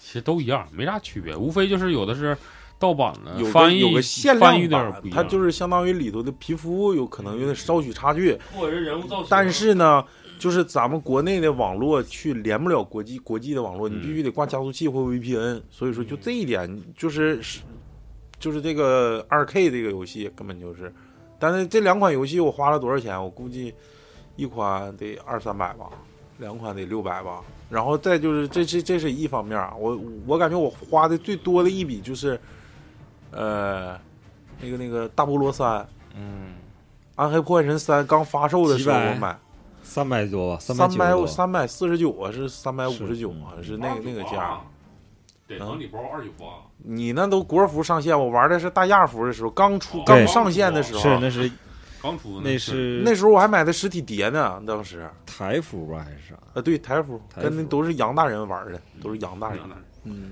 S5: 其实都一样，没啥区别，无非就是有的是盗版的
S4: 有个
S5: 嗯翻译，
S4: 有个限量
S5: 翻译
S4: 版，
S5: 有点不一
S4: 它
S5: 样。
S4: 就是相当于里头的皮肤有可能有点稍许差距，
S2: 或者是人物造型。
S4: 但是呢，就是咱们国内的网络去连不了国际国际的网络，你
S5: 嗯
S4: 必须得挂加速器或 VPN，所以说就这一点就是是就是这个二 K 这个游戏根本就是，但是这两款游戏我花了多少钱？我估计一款得二三百吧，两款得六百吧。然后再就是这这这是一方面啊，我我感觉我花的最多的一笔就是，呃，那个那个大菠萝三。
S2: 嗯，
S4: 暗黑破坏神三刚发售的时候，
S7: 几百
S4: 我买
S7: 三百多吧，三
S4: 三
S7: 九
S4: 百
S7: 多，
S4: 三百四十九啊，是三百五十九啊，
S7: 嗯
S4: 是那个那个价。，嗯
S5: 对，
S4: 能
S5: 礼包二九八，
S4: 你那都国服上线，我玩的是大亚服的时候，刚出
S5: 哦
S4: 刚
S7: 对
S4: 上线的时候，
S7: 是那是
S5: 刚出的
S7: 那
S5: 是
S7: 是
S4: 那时候我还买的实体碟呢，当时
S7: 台服吧还是啥？
S4: 啊，对台服
S7: 台服
S4: 跟那都是杨大人玩的，都是杨大人
S5: 那，
S4: 嗯，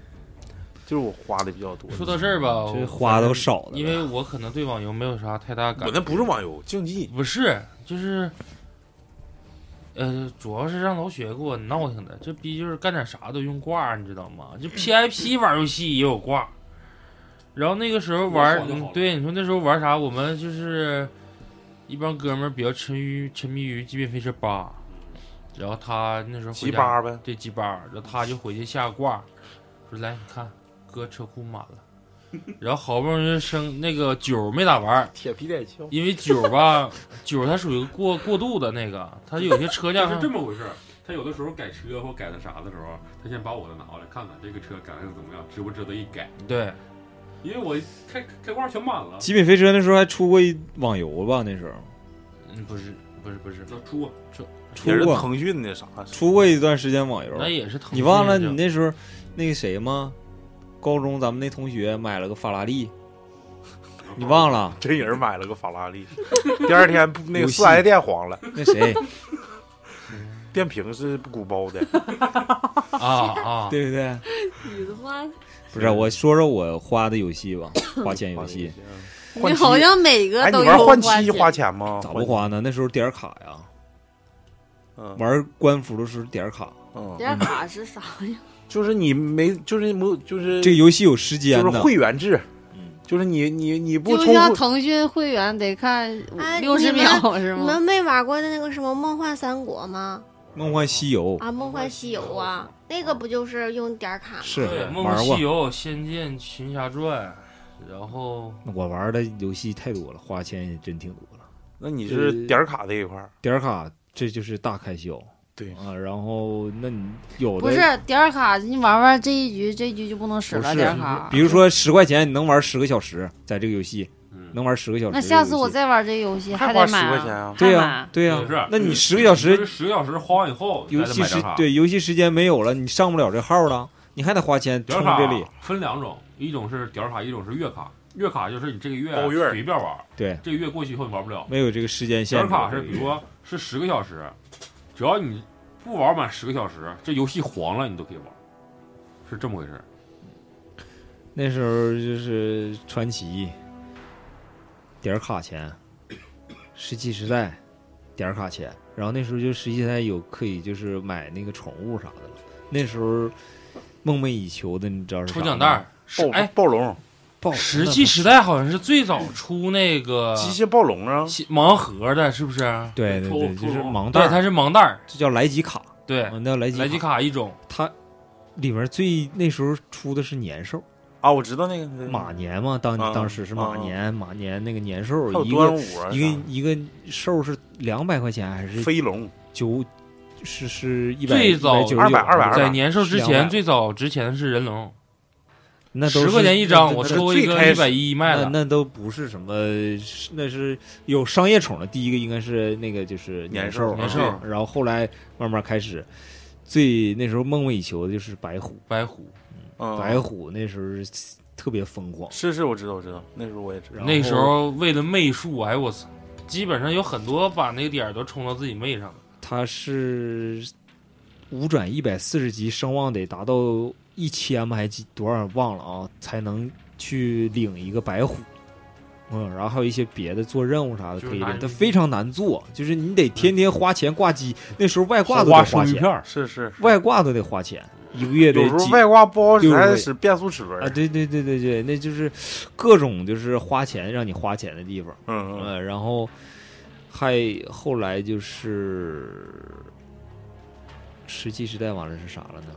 S4: 就是我花的比较多。
S2: 说到这儿吧，
S7: 嗯这
S2: 我
S7: 花都少了，
S2: 因为我可能对网游没有啥太大感
S4: 我那不是网游竞技，
S2: 不是，就是，呃，主要是让老雪给我闹腾的，这逼就是干点啥都用挂，你知道吗？ 这 PIP 玩游戏也有挂，然后那个时候玩，
S5: 有挂就
S2: 嗯
S5: 好了
S2: 对，你说那时候玩啥？我们就是一帮哥们儿比较沉于沉迷于《极品飞车八》，然后他那时候回
S4: 鸡
S2: 家
S4: 巴呗，
S2: 对鸡巴儿，然后他就回去下挂，说来你看，哥车库满了，然后好不容易生那个酒没咋玩儿。
S4: 铁皮带锹。
S2: 因为酒吧， 酒它属于过过度的那个，它有些车
S5: 就
S2: 辆
S5: 是这么回事儿。他有的时候改车或改那啥的时候，他先把我的拿过来看看这个车改的怎么样，值不值得一改？
S2: 对，
S5: 因为我开开挂全满了，
S7: 极品飞车那时候还出过一网游吧？那时候
S2: 嗯，不是不是不是，
S5: 那出
S7: 出
S4: 也是
S7: 过
S4: 腾讯的啥？
S7: 出过一段时间网游，
S2: 那也是腾
S7: 你
S2: 讯
S7: 忘了
S2: 的
S7: 你那时候那个谁吗？高中咱们那同学买了个法拉利，你忘了
S4: 真人买了个法拉利， 第二天 不那个
S7: 游戏
S4: 四 S 店黄了，
S7: 那谁？
S4: 电瓶是不鼓包 的。
S2: 啊啊，
S7: 对不对？
S3: 你的妈！
S7: 不是，我说说我花的游戏吧，花钱游戏
S3: 你好像每个
S4: 哎，你
S3: 都
S4: 玩
S3: 有
S4: 换
S3: 花
S4: 妻
S3: 钱
S4: 哦花钱吗？
S7: 咋不？花呢？那时候点儿卡呀，
S4: 嗯
S7: 玩官服的时候点儿卡，
S4: 嗯，
S3: 点卡是啥呀？
S4: 就是你没，就是没，就是
S7: 这个游戏有时间
S4: 呃就是
S7: 的。
S4: 会员制
S7: 嗯，
S4: 就是你你你不
S3: 就
S4: 充
S3: 像
S4: 会
S3: 腾讯会员得看
S6: 哎
S3: 六十
S6: 你们
S3: 秒是
S6: 你
S3: 吗
S6: 们？没玩过的那个什么《梦幻三国》吗？
S7: 梦幻西游
S6: 啊，《梦幻西游》啊，那个不就是用点儿卡吗？
S7: 是
S2: 对，《
S7: 玩
S2: 梦幻
S7: 过
S2: 西，游》《仙剑群侠传》，然后
S7: 我玩的游戏太多了，花钱也真挺多了。
S4: 那你是点卡这一块儿，
S7: 点儿卡这就是大开销，
S4: 对
S7: 啊，然后那你有的
S3: 不是点儿卡，你玩玩这一局，这一局就不能使
S7: 不
S3: 了
S7: 是
S3: 点儿卡。
S7: 比如说十块钱你能玩十个小时，在这个游戏
S5: 嗯，
S7: 能玩十个小时。
S3: 那下次
S7: 这个游
S3: 我
S7: 戏
S3: 再玩这个游戏
S4: 还
S3: 还
S4: 花
S3: 得
S4: 十
S3: 买
S4: 块钱
S3: 啊。
S4: 啊？
S7: 对呀、
S3: 还买
S7: 对呀、
S5: 也是
S7: 那你十个小
S5: 就是
S7: 时
S5: 十个小时花完以后，
S7: 游
S5: 再
S7: 戏
S5: 买张
S7: 时
S5: 卡
S7: 对游戏时间没有了，你上不了这号了，你还得花钱充
S5: 点卡
S7: 这里。
S5: 分两种，一种是点卡，一种是月卡。月卡就是你这个月
S4: 包月
S5: 随便玩，
S7: 对，
S5: 这个月过去以后你玩不了。
S7: 没有这个时间限
S5: 点
S7: 制。
S5: 卡是比如说是十个小时，只要你不玩满十个小时，这游戏黄了你都可以玩，是这么回事。
S7: 那时候就是传奇，点儿卡钱，石器时代点儿卡钱，然后那时候就石器时代有可以就是买那个宠物啥的了。那时候梦寐以求的，你知道是啥
S2: 抽
S7: 吗
S2: 奖袋儿，是
S4: 暴
S2: 哎，
S4: 暴龙，
S7: 暴
S2: 石器时代好像是最早出那个
S4: 机械暴龙啊！
S2: 西盲盒的，是不是？
S7: 对对对，
S5: 抽
S7: 就是
S5: 抽奖
S7: 盲袋
S2: 对，
S7: 儿，
S2: 它是盲袋儿，
S7: 这叫莱吉卡，
S2: 对，
S7: 啊，那叫莱
S2: 莱
S7: 吉
S2: 吉卡一种，
S7: 它里面最那时候出的是年兽，
S4: 啊啊，我知道那个
S7: 马年嘛，当
S4: 啊
S7: 当时是马年，马年那个年
S4: 还
S7: 兽
S4: 有
S7: 一
S4: 端
S7: 个
S4: 午啊，
S7: 一个一个兽是两百块钱还是
S4: 飞龙，
S7: 九是是一百
S2: 最早
S7: 九
S4: 200 200
S2: 在年兽之前
S7: 200
S2: 最早值钱的是人龙，
S7: 那都
S2: 十块钱一张，我
S4: 那
S2: 抽一个
S4: 最开
S2: 一
S4: 始
S2: 百一卖
S7: 那
S2: 了。
S7: 那都不是什么，那是有商业宠的。第一个应该是那个就是
S4: 年
S7: 兽，
S4: 兽
S7: 年
S2: 年兽
S7: 然后后来慢慢开始，最那时候梦寐以求的就是白虎，
S2: 白虎
S4: 嗯，
S7: 白虎那时候是特别疯狂。
S4: 是是，我知道我知道，那时候我也知道
S7: 然后
S2: 那时候为了媚术，哎我操，基本上有很多把那个点儿都冲到自己妹上了。
S7: 他是五转一百四十级，声望得达到一千吧，还几多少忘了啊，才能去领一个白虎。嗯，然后还有一些别的做任务啥的
S2: 就是
S7: 可以
S2: 拿人
S7: 领，它
S2: 民币
S7: 非常难做，就是你得天天花钱挂机。那时候外挂都
S5: 花
S7: 得
S5: 生
S7: 花
S5: 鱼
S7: 钱
S5: 片，儿，
S4: 是是，是
S7: 外挂都得花钱，一个月得
S4: 嗯有时候
S7: 几
S4: 外挂不好使，
S7: 六十
S4: 还得
S7: 位
S4: 使变速齿轮
S7: 啊？，对对对对对，那就是各种就是花钱让你花钱的地方。
S4: 嗯嗯，
S7: 呃，然后还后来就是石器时代完了是啥了呢？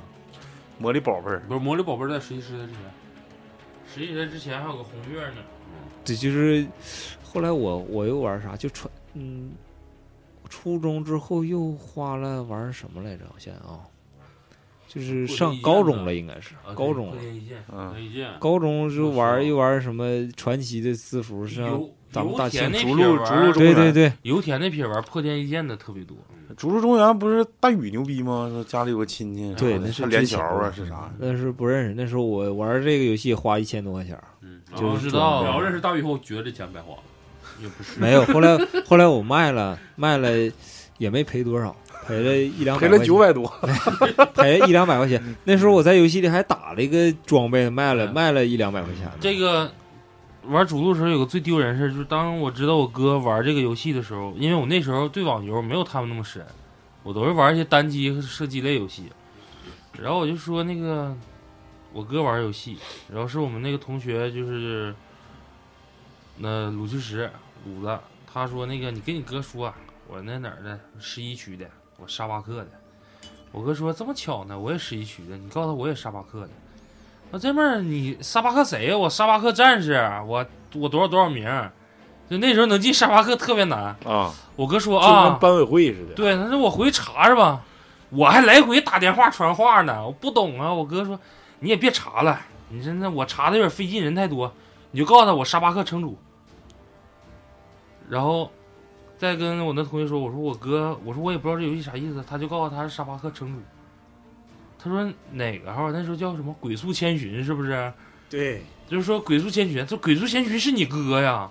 S4: 魔力宝贝儿，
S5: 不是魔力宝贝儿在实习时代之前，
S2: 实际上之前还有个红月呢，
S7: 对，就是后来我我又玩啥？就传嗯，初中之后又花了玩什么来着？我想想啊，就是
S5: 过
S7: 上
S5: 年
S7: 高
S5: 呢
S7: 中了，应该是
S2: 啊
S7: 高
S2: 对
S7: 中了
S2: 破。天一线，
S4: 嗯，
S5: 雷剑、
S7: 高中就玩
S5: 是
S7: 又玩什么传奇的私服，像
S2: 油
S7: 咱们大
S2: 油田
S7: 庆
S2: 那撇
S4: 逐鹿
S2: 玩
S4: 逐鹿
S2: 儿
S4: 中
S7: 对对
S4: 原，
S7: 对，
S2: 油田那撇玩儿破天一线的特别多。
S4: 逐鹿中原不是大宇牛逼吗？说家里有个亲戚，
S7: 对
S4: 然后
S7: 那是
S4: 看连
S7: 之前
S4: 桥啊，
S7: 的嗯
S4: 是啥？
S7: 那时候不认识，那时候我玩这个游戏花一千多块钱儿，
S5: 嗯，
S7: 就
S5: 然后
S7: 是
S2: 知
S7: 装
S2: 道
S5: 然后认识大宇后，觉得这钱白花了，也不是，
S7: 没有，后来后来我卖了，卖了也没赔多少，赔了一两百，嗯
S4: 赔了九，百多，
S7: 赔一两百块钱。那时候我在游戏里还打了一个装备，卖了卖了一两百块钱。
S2: 这个玩主路的时候有个最丢人的事儿，就是当我知道我哥玩这个游戏的时候，因为我那时候对网游没有他们那么深，我都是玩一些单机和射击类游戏。然后我就说那个我哥玩游戏，然后是我们那个同学就是那鲁巨石鲁子，他说那个你跟你哥说啊、我那哪儿的十一区的，我沙巴克的。我哥说这么巧呢，我也十一区的，你告诉他我也沙巴克的。我这妹儿，你沙巴克谁呀？我沙巴克战士，啊我我多少多少名儿？就那时候能进沙巴克特别难。
S4: 啊，
S2: 我哥说
S4: 就跟
S2: 啊，
S4: 班委会似的。
S2: 对，他说我回去查查吧。我还来回打电话传话呢，我不懂啊。我哥说你也别查了，你真的我查的有点费劲，人太多，你就告诉他我沙巴克城主。然后再跟我那同学说，我说我哥，我说我也不知道这游戏啥意思，他就告诉他是沙巴克城主。他说哪个号？那时候叫什么“鬼宿千寻”是不是？
S7: 对，
S2: 就是说鬼宿千寻，这鬼宿千寻是你哥呀，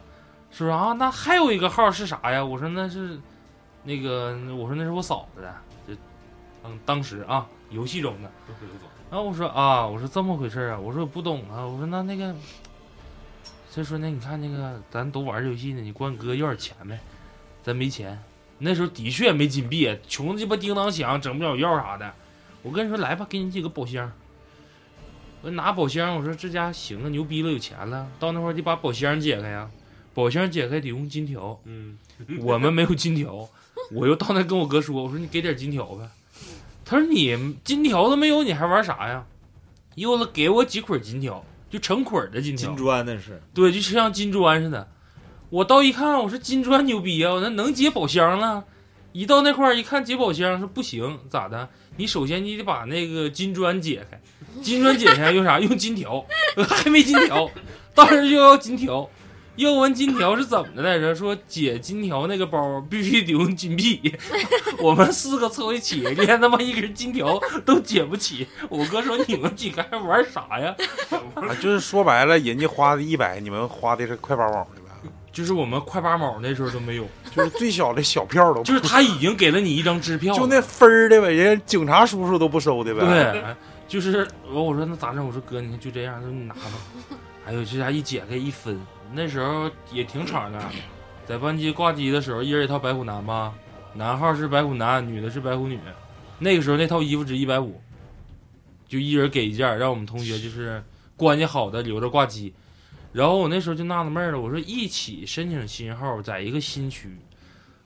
S2: 是不是啊？那还有一个号是啥呀？我说那是那个，我说那是我嫂子的，就嗯，当时啊，游戏中的。然后我说啊，我说这么回事儿啊，我说我不懂啊，我说那那个，他说那你看那个咱都玩游戏呢，你管你哥要点钱呗，咱没钱，那时候的确没金币，穷鸡巴叮当响，整不了药啥的。我跟你说来吧，给你几个宝箱。我拿宝箱，我说这家行啊，牛逼了，有钱了。到那会儿得把宝箱解开呀，宝箱解开得用金条，
S5: 嗯，
S2: 我们没有金条。我又到那跟我哥说，我说你给点金条呗。他说你金条都没有，你还玩啥呀？又了给我几捆金条，就成捆的金条
S7: 金，砖那是
S2: 对，就像金砖似的。我到一看，我说金砖牛逼啊，我那能解宝箱了。一到那块儿一看解宝箱，说不行，咋的？你首先你得把那个金砖解开，金砖解开用啥？用金条， 还没金条，当时就要金条。要完金条是怎么的来着？说解金条那个包 必须得用金币， 我们四个凑一起，连他妈一根金条都解不起。我哥说你们几个还玩啥呀？
S4: 啊，就是说白了，人家花的一百，你们花的是快八毛的呗，
S2: 就是我们快八毛那时候都没有。
S4: 就是最小的小票都不，
S2: 就是他已经给了你一张支票了，
S4: 就那分儿的呗，人家警察叔叔都不收的呗。，
S2: 对，就是我我说那咋整？我说哥，你看就这样，他说你拿吧。哎呦，这家一解开一分，那时候也挺敞 亮的，在班级挂机的时候，一人一套白虎男吧，男号是白虎男，女的是白虎女。那个时候那套衣服值一百五，就一人给一件儿，让我们同 学就是关系好的留着挂机。然后我那时候就纳了闷儿了，我说一起申请新号，在一个新区，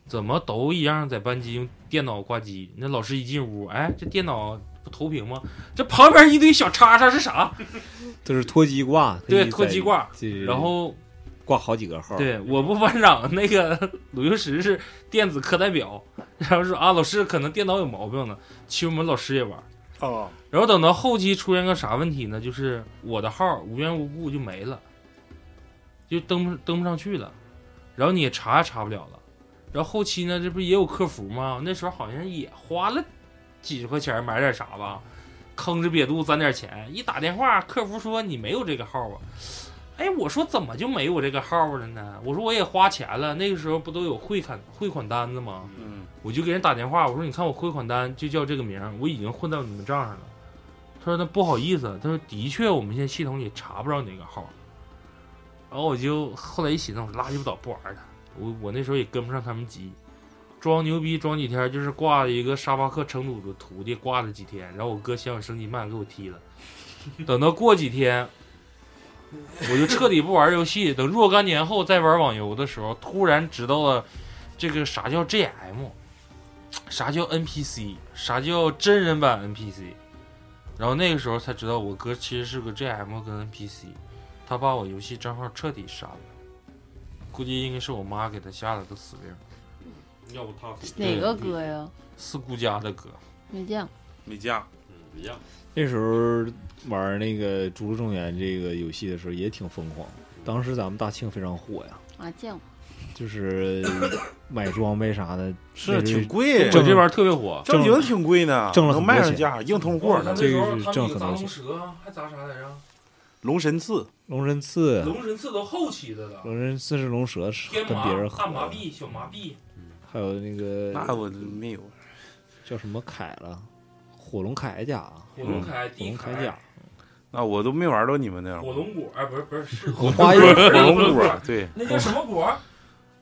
S2: 怎么都一样在班级用电脑挂机？那老师一进屋，哎，这电脑不投屏吗？这旁边一堆小叉叉是 啥？
S7: 就是脱机挂，它
S2: 对
S7: 一直
S2: 脱
S7: 在
S2: 机挂，
S7: 就是
S2: 然后
S7: 挂好几个号，，
S2: 对，我部班长那个鲁修石是电子课代表，然后说啊，老师可能电脑有毛病呢，其实我们老师也玩。
S4: 啊，
S2: 然后等到后期出现个啥问题呢？就是我的号无缘无故就没了，就登不登不上去了，然后你也查也查不了了。然后后期呢，这不是也有客服吗？那时候好像也花了几十块钱买点啥吧，吭哧瘪肚攒点钱。一打电话，客服说你没有这个号啊。哎，我说怎么就没有这个号了呢？我说我也花钱了，那个时候不都有汇款汇款单子吗？
S4: 嗯，
S2: 我就给人打电话，我说你看我汇款单就叫这个名儿，我已经混到你们账上了。他说那不好意思，他说的确我们现在系统里查不着你那个号。然后我就后来一寻思，我说拉鸡巴倒不玩了。我我那时候也跟不上他们急，装牛逼装几天，就是挂了一个沙巴克城主的徒弟挂了几天，然后我哥嫌我升级慢给我踢了。等到过几天，我就彻底不玩游戏。等若干年后再玩网游的时候，突然知道了这个啥叫 GM。啥叫 NPC，啥叫真人版 NPC。然后那个时候才知道，我哥其实是个 GM 跟 NPC，他把我游戏账号彻底删了。估计应该是我妈给他下了个死令，要不他
S3: 哪个哥呀？
S2: 四姑家的哥，
S3: 没见过。
S4: 没架，
S2: 嗯
S5: 一样。
S7: 那时候玩那个《逐鹿中原》这个游戏的时候也挺疯狂，当时咱们大庆非常火呀，
S3: 啊，见过。
S7: 就是 买装备啥的，那
S4: 是
S7: 是
S4: 挺贵，
S7: 挣
S5: 我这玩意儿特别火，
S4: 正经挺贵呢，
S7: 挣了
S4: 能
S7: 很多
S4: 卖上
S7: 钱嗯
S4: 价，硬通货呢。
S7: 这个是正很高兴
S2: 蛇啊，还砸啥来着？
S4: 龙神刺，
S7: 龙神刺，
S2: 龙神刺都后期的了，
S7: 龙神刺是龙蛇，是
S2: 天
S7: 嗯跟
S2: 麻
S7: 别人、
S2: 大麻
S7: 合，
S2: 痹、小麻痹，
S7: 还有那
S4: 那
S7: 个
S4: 我没有。
S7: 叫什么铠了，火龙铠甲，啊
S2: 火龙铠、
S7: 嗯火
S2: 地
S7: 龙铠甲，
S4: 那我都没玩到你们那样，
S2: 火龙果，哎，不是不是是
S7: 火花叶，
S4: 火龙果，对，
S2: 那叫什么果？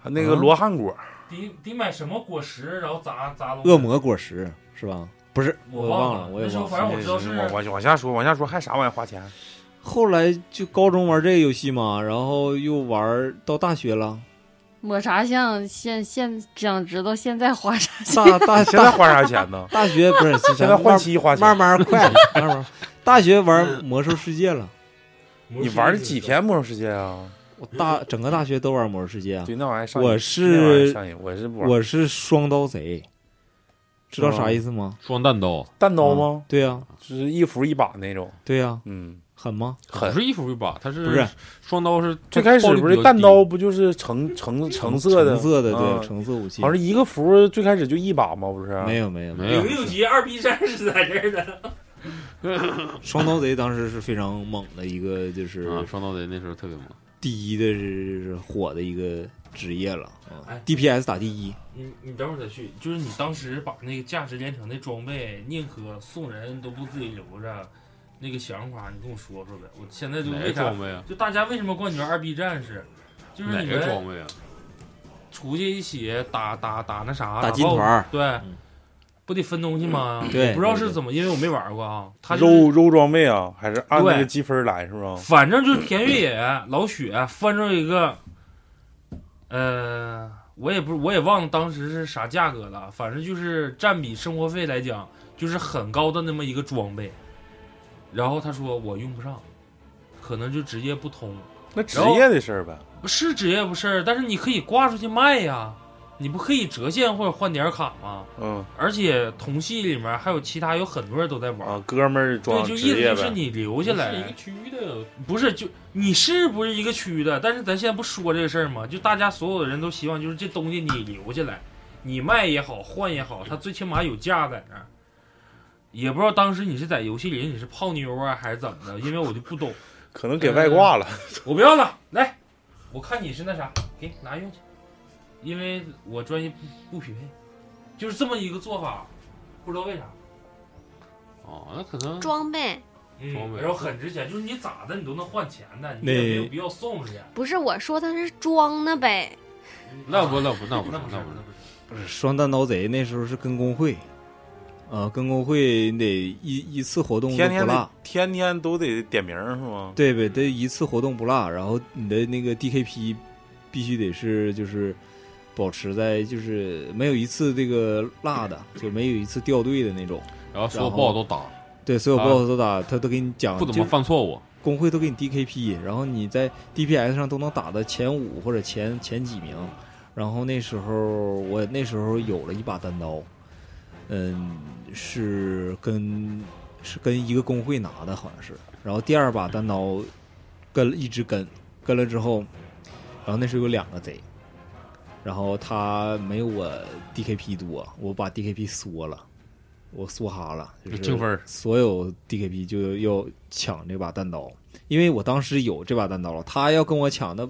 S4: 还有那个罗汉果，
S2: 得得买什么果实，然后砸砸龙。
S7: 恶魔果实是吧？不是，
S2: 我
S7: 我忘了，
S2: 了，
S7: 我
S2: 那时
S7: 也
S2: 候
S7: 忘
S2: 反正
S7: 了。
S2: 我知道是
S4: 往往往下说，往下说，还啥玩意儿花钱？
S7: 后来就高中玩这个游戏嘛，然后又玩到大学 了，
S3: 抹茶像现现想知道现在花啥钱？
S7: 大大
S4: 现在
S7: 大
S4: 花啥钱
S7: ？
S4: 呢
S7: 大学不是
S4: 现在换嗯
S7: 慢
S4: 妻花
S7: 慢
S4: 钱，
S7: 慢快，慢慢。大学玩魔兽世界了，
S2: 你
S4: 你玩了几？天魔兽世界啊？
S7: 我大整个大学都玩魔兽世界啊。
S4: 对，那玩意儿上瘾，
S7: 我
S4: 那玩意儿
S7: 是
S4: 上瘾，我是不玩。
S7: 我是双刀贼，知道啥意思 吗？啊
S5: 双弹刀，
S4: 单哦刀吗？
S7: 对呀，
S4: 就是一服一把那种，
S7: 对呀，
S4: 嗯，
S7: 狠吗？
S4: 狠
S5: 不。是一服一把，它是
S7: 不是
S5: 双刀是
S4: 最开始
S5: 它暴力
S4: 不
S5: 比
S4: 是
S5: 较
S4: 弹
S5: 低啊
S4: 刀，不就是橙橙橙嗯色的，
S7: 橙色的，
S4: 嗯
S7: 对，橙色武器
S4: 好。像是一个服，最开始就一把吗？不是？啊
S7: 没有没有
S5: 没
S2: 零
S5: 有
S2: 六级二 B 战士在这儿呢。
S7: 双刀贼当时是非常猛的一个，就是
S5: 啊，双刀贼那时候特别猛。
S7: 第一的是是火的一个职业了啊、
S2: 哎
S7: d p s 打第一，
S2: 你你等会儿再去，就是你当时把那个价值连城的装备，宁可送人都不自己留着，那个想法你跟我说说呗。我现在就
S5: 哪
S2: 为
S5: 个
S2: 啥
S5: 装？备啊？
S2: 就大家为什么冠军二 B 战士？就是
S5: 哪
S2: 你
S5: 个
S2: 们
S5: 装备啊？
S2: 出去一起打打打那啥，
S7: 打金团
S2: BOSS，
S7: 儿，嗯
S2: 对，不得分东西吗？
S7: 对，
S2: 我不知道是
S7: 么。
S2: 怎么，因为我没玩过啊。他就是
S4: 肉肉装备啊，还是按那
S2: 对
S4: 个积分来是吧？
S2: 反正就是田越野、老雪翻着一个，呃，我也不我也忘了当时是啥价格了，反正就是占比生活费来讲，就是很高的那么一个装备。然后他说我用不上，可能就职业不通，
S4: 那职业的事儿呗。
S2: 是职业不事儿，但是你可以挂出去卖呀，你不可以折现或者换点卡吗？
S4: 嗯
S2: 而且同系里面还有其他有很多人都在玩，
S4: 啊，哥们儿
S2: 对，
S4: 装
S2: 就
S4: 职
S2: 意思
S4: 业
S2: 就是
S4: 呗。
S2: 你留下来
S5: 是一个区的，
S2: 不是，就你是不是一个区的？但是咱现在不说这个事儿吗？就大家所有的人都希望，就是这东西你留下来，你卖也好，换也好，它最起码有价在那儿。也不知道当时你是在游戏里你是泡妞啊，还是怎么的？因为我就不懂，
S4: 可能给外挂了，
S2: 我不要了。来，我看你是那啥，给拿用去，因为我专业不不匹配，就是这么一个做法，不知道为啥。
S5: 哦，那可能
S6: 装备
S2: 嗯
S5: 装，备
S2: 然后很值钱，就是你咋的你都能换钱的，你
S7: 那
S2: 也没有必要送人家。
S6: 不是我说它是装的呗，
S5: 那不那不那
S2: 那不
S5: 不是
S2: 是
S5: 那
S2: 那
S5: 不
S2: 不
S5: 是
S2: 是。
S7: 不
S5: 嗯
S7: 是双弹刀贼那时候是跟工会，啊，跟工会你得一一次活动嗯都
S4: 天
S7: 不
S4: 天
S7: 落
S4: 得，天天都得点名儿是吗？
S7: 对呗，得一次活动不落，然后你的那个 DKP 必须得是就是保持在就是没有一次这个落的，就没有一次掉队的那种。
S5: 然后所有
S7: 然后啊
S5: BOSS 都打，
S7: 对，所有
S5: 啊
S7: BOSS 都打，他都给你讲，
S5: 不怎
S7: 就
S5: 么犯错误。
S7: 工会都给你 DKP，然后你在 DPS 上都能打到前五或者前前几名。然后那时候我那时候有了一把单刀，嗯，是跟是跟一个工会拿的，好像是。然后第二把单刀跟一直跟跟了之后，然后那时候有两个贼，然后他没有我 DKP 多，我把 DKP 缩了。我梭哈了，就是
S5: 净分儿
S7: 所有 DKP 就要抢这把单刀，因为我当时有这把单刀了，他要跟我抢，那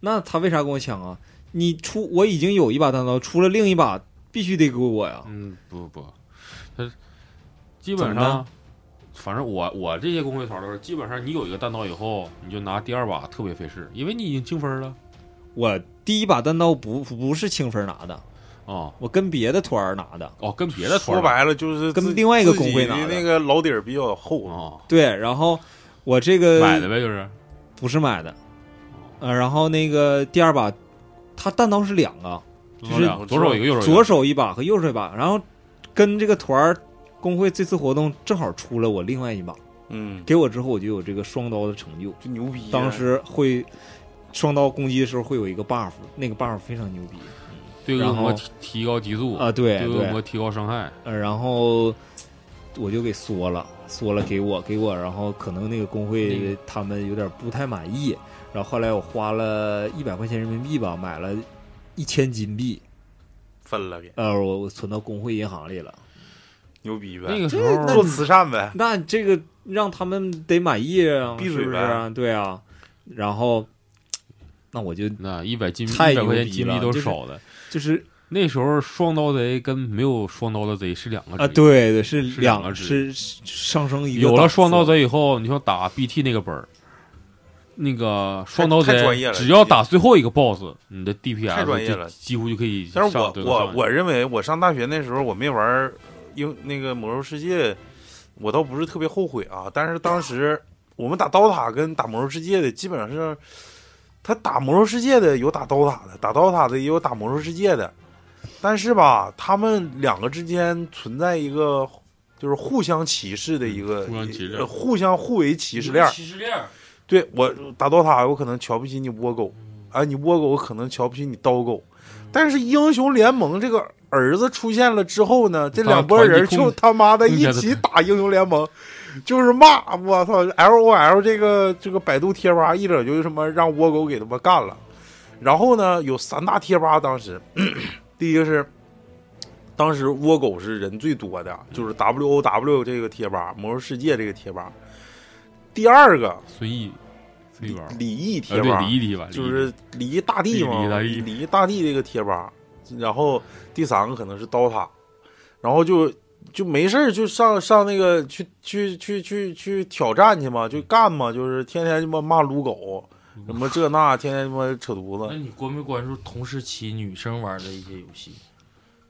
S7: 那他为啥跟我抢啊？你出我已经有一把单刀，出了另一把必须得给我呀。
S5: 嗯，不不，他基
S7: 啊怎
S5: 本
S7: 么的
S5: 上，反正我我这些工会团都是，基本上你有一个弹道以后，你就拿第二把特别费事，因为你已经净分了
S7: 我第一把单刀不不是清分拿的，
S5: 啊、
S7: 我跟别的团儿拿的。
S5: 哦，跟别的团
S4: 说
S5: 儿
S4: 白了就是
S7: 跟
S4: 自
S7: 另外一个工会
S4: 自己
S7: 拿的
S4: 的那个老底儿比较厚啊。
S5: 啊、
S7: 对，然后我这个
S5: 买的呗，就是
S7: 不是买的，呃，然后那个第二把，他单刀是两个，
S5: 左手两个左手一个，右手一个
S7: 左手一把和右手一把，然后跟这个团儿工会这次活动正好出了我另外一把，
S4: 嗯，
S7: 给我之后我就有这个双刀的成就，
S4: 就牛逼啊。
S7: 当时会双刀攻击的时候会有一个 buff，那个 buff 非常牛逼
S5: 对恶
S7: 然
S5: 魔
S7: 后
S5: 提提高极速，
S7: 啊、对
S5: 对恶
S7: 对
S5: 魔，提高伤害，
S7: 呃，然后我就给缩了，缩了给我给我，然后可能那个工会他们有点不太满意，然后后来我花了一百块钱人民币吧，买了一千金币，
S4: 分了给
S7: 呃，我我存到工会银行里了。
S4: 牛逼呗。
S5: 那个时候
S4: 做慈善呗，
S7: 那这个让他们得满意啊，
S4: 闭
S7: 是
S4: 嘴
S7: 不是啊？对啊，然后那我就
S5: 那一百金币，
S7: 太
S5: 一百块
S7: 牛
S5: 钱
S7: 逼
S5: 金币
S7: 了
S5: 都
S7: 就是
S5: 少的。
S7: 就是
S5: 那时候双刀贼跟没有双刀的贼是两个
S7: 啊，
S5: 职业，
S7: 对对，是
S5: 是两
S7: 两
S5: 个
S7: 是是上升一个
S5: 有
S7: 档
S5: 了
S7: 次
S5: 双刀，
S4: 啊
S5: 贼以后，你说打 BT 那个本儿，那个双刀
S4: 太
S5: 贼
S4: 专业了
S5: 只要打最后一个 BOSS，你的 DPS
S4: 太专业了
S5: 就几乎就可以
S4: 但
S5: 上。
S4: 是我
S5: 对
S4: 我
S5: 上
S4: 我认为我上大学那时候我没玩儿英那个魔兽世界，我倒不是特别后悔啊。但是当时我们打刀塔跟打魔兽世界的基本上是，他打魔兽世界的有打刀塔的，打刀塔的也有打魔兽世界的。但是吧，他们两个之间存在一个就是互相歧视的一个
S5: 嗯互相歧视
S4: 呃互相互为歧视链儿。
S2: 歧视链儿，
S4: 对我打刀塔，我可能瞧不起你倭狗，啊，你倭狗我可能瞧不起你刀狗，但是英雄联盟这个儿子出现了之后呢，这两拨人就他妈的一起打英雄联盟，就是骂我操，L O L 这个这个百度贴吧一整就是什么让倭狗给他们干了，然后呢有三大贴吧，当时第一个是。当时倭狗是人最多的，就是 W O W 这个贴吧，魔兽世界这个贴吧。第二个
S5: 随意随意玩儿，
S4: 李毅贴
S5: 呃对
S4: 吧，
S5: 李一提吧，李一
S4: 就是李毅大帝嘛，
S5: 李毅大帝
S4: 李毅大帝这个贴吧。然后第三个可能是刀塔，然后就就没事儿就上上那个去去去去去挑战去嘛，就干嘛，就是天天他妈骂撸狗，什么这那，天天他妈扯犊
S2: 那
S4: 子。
S2: 你关没关注同时期女生玩的一些游戏？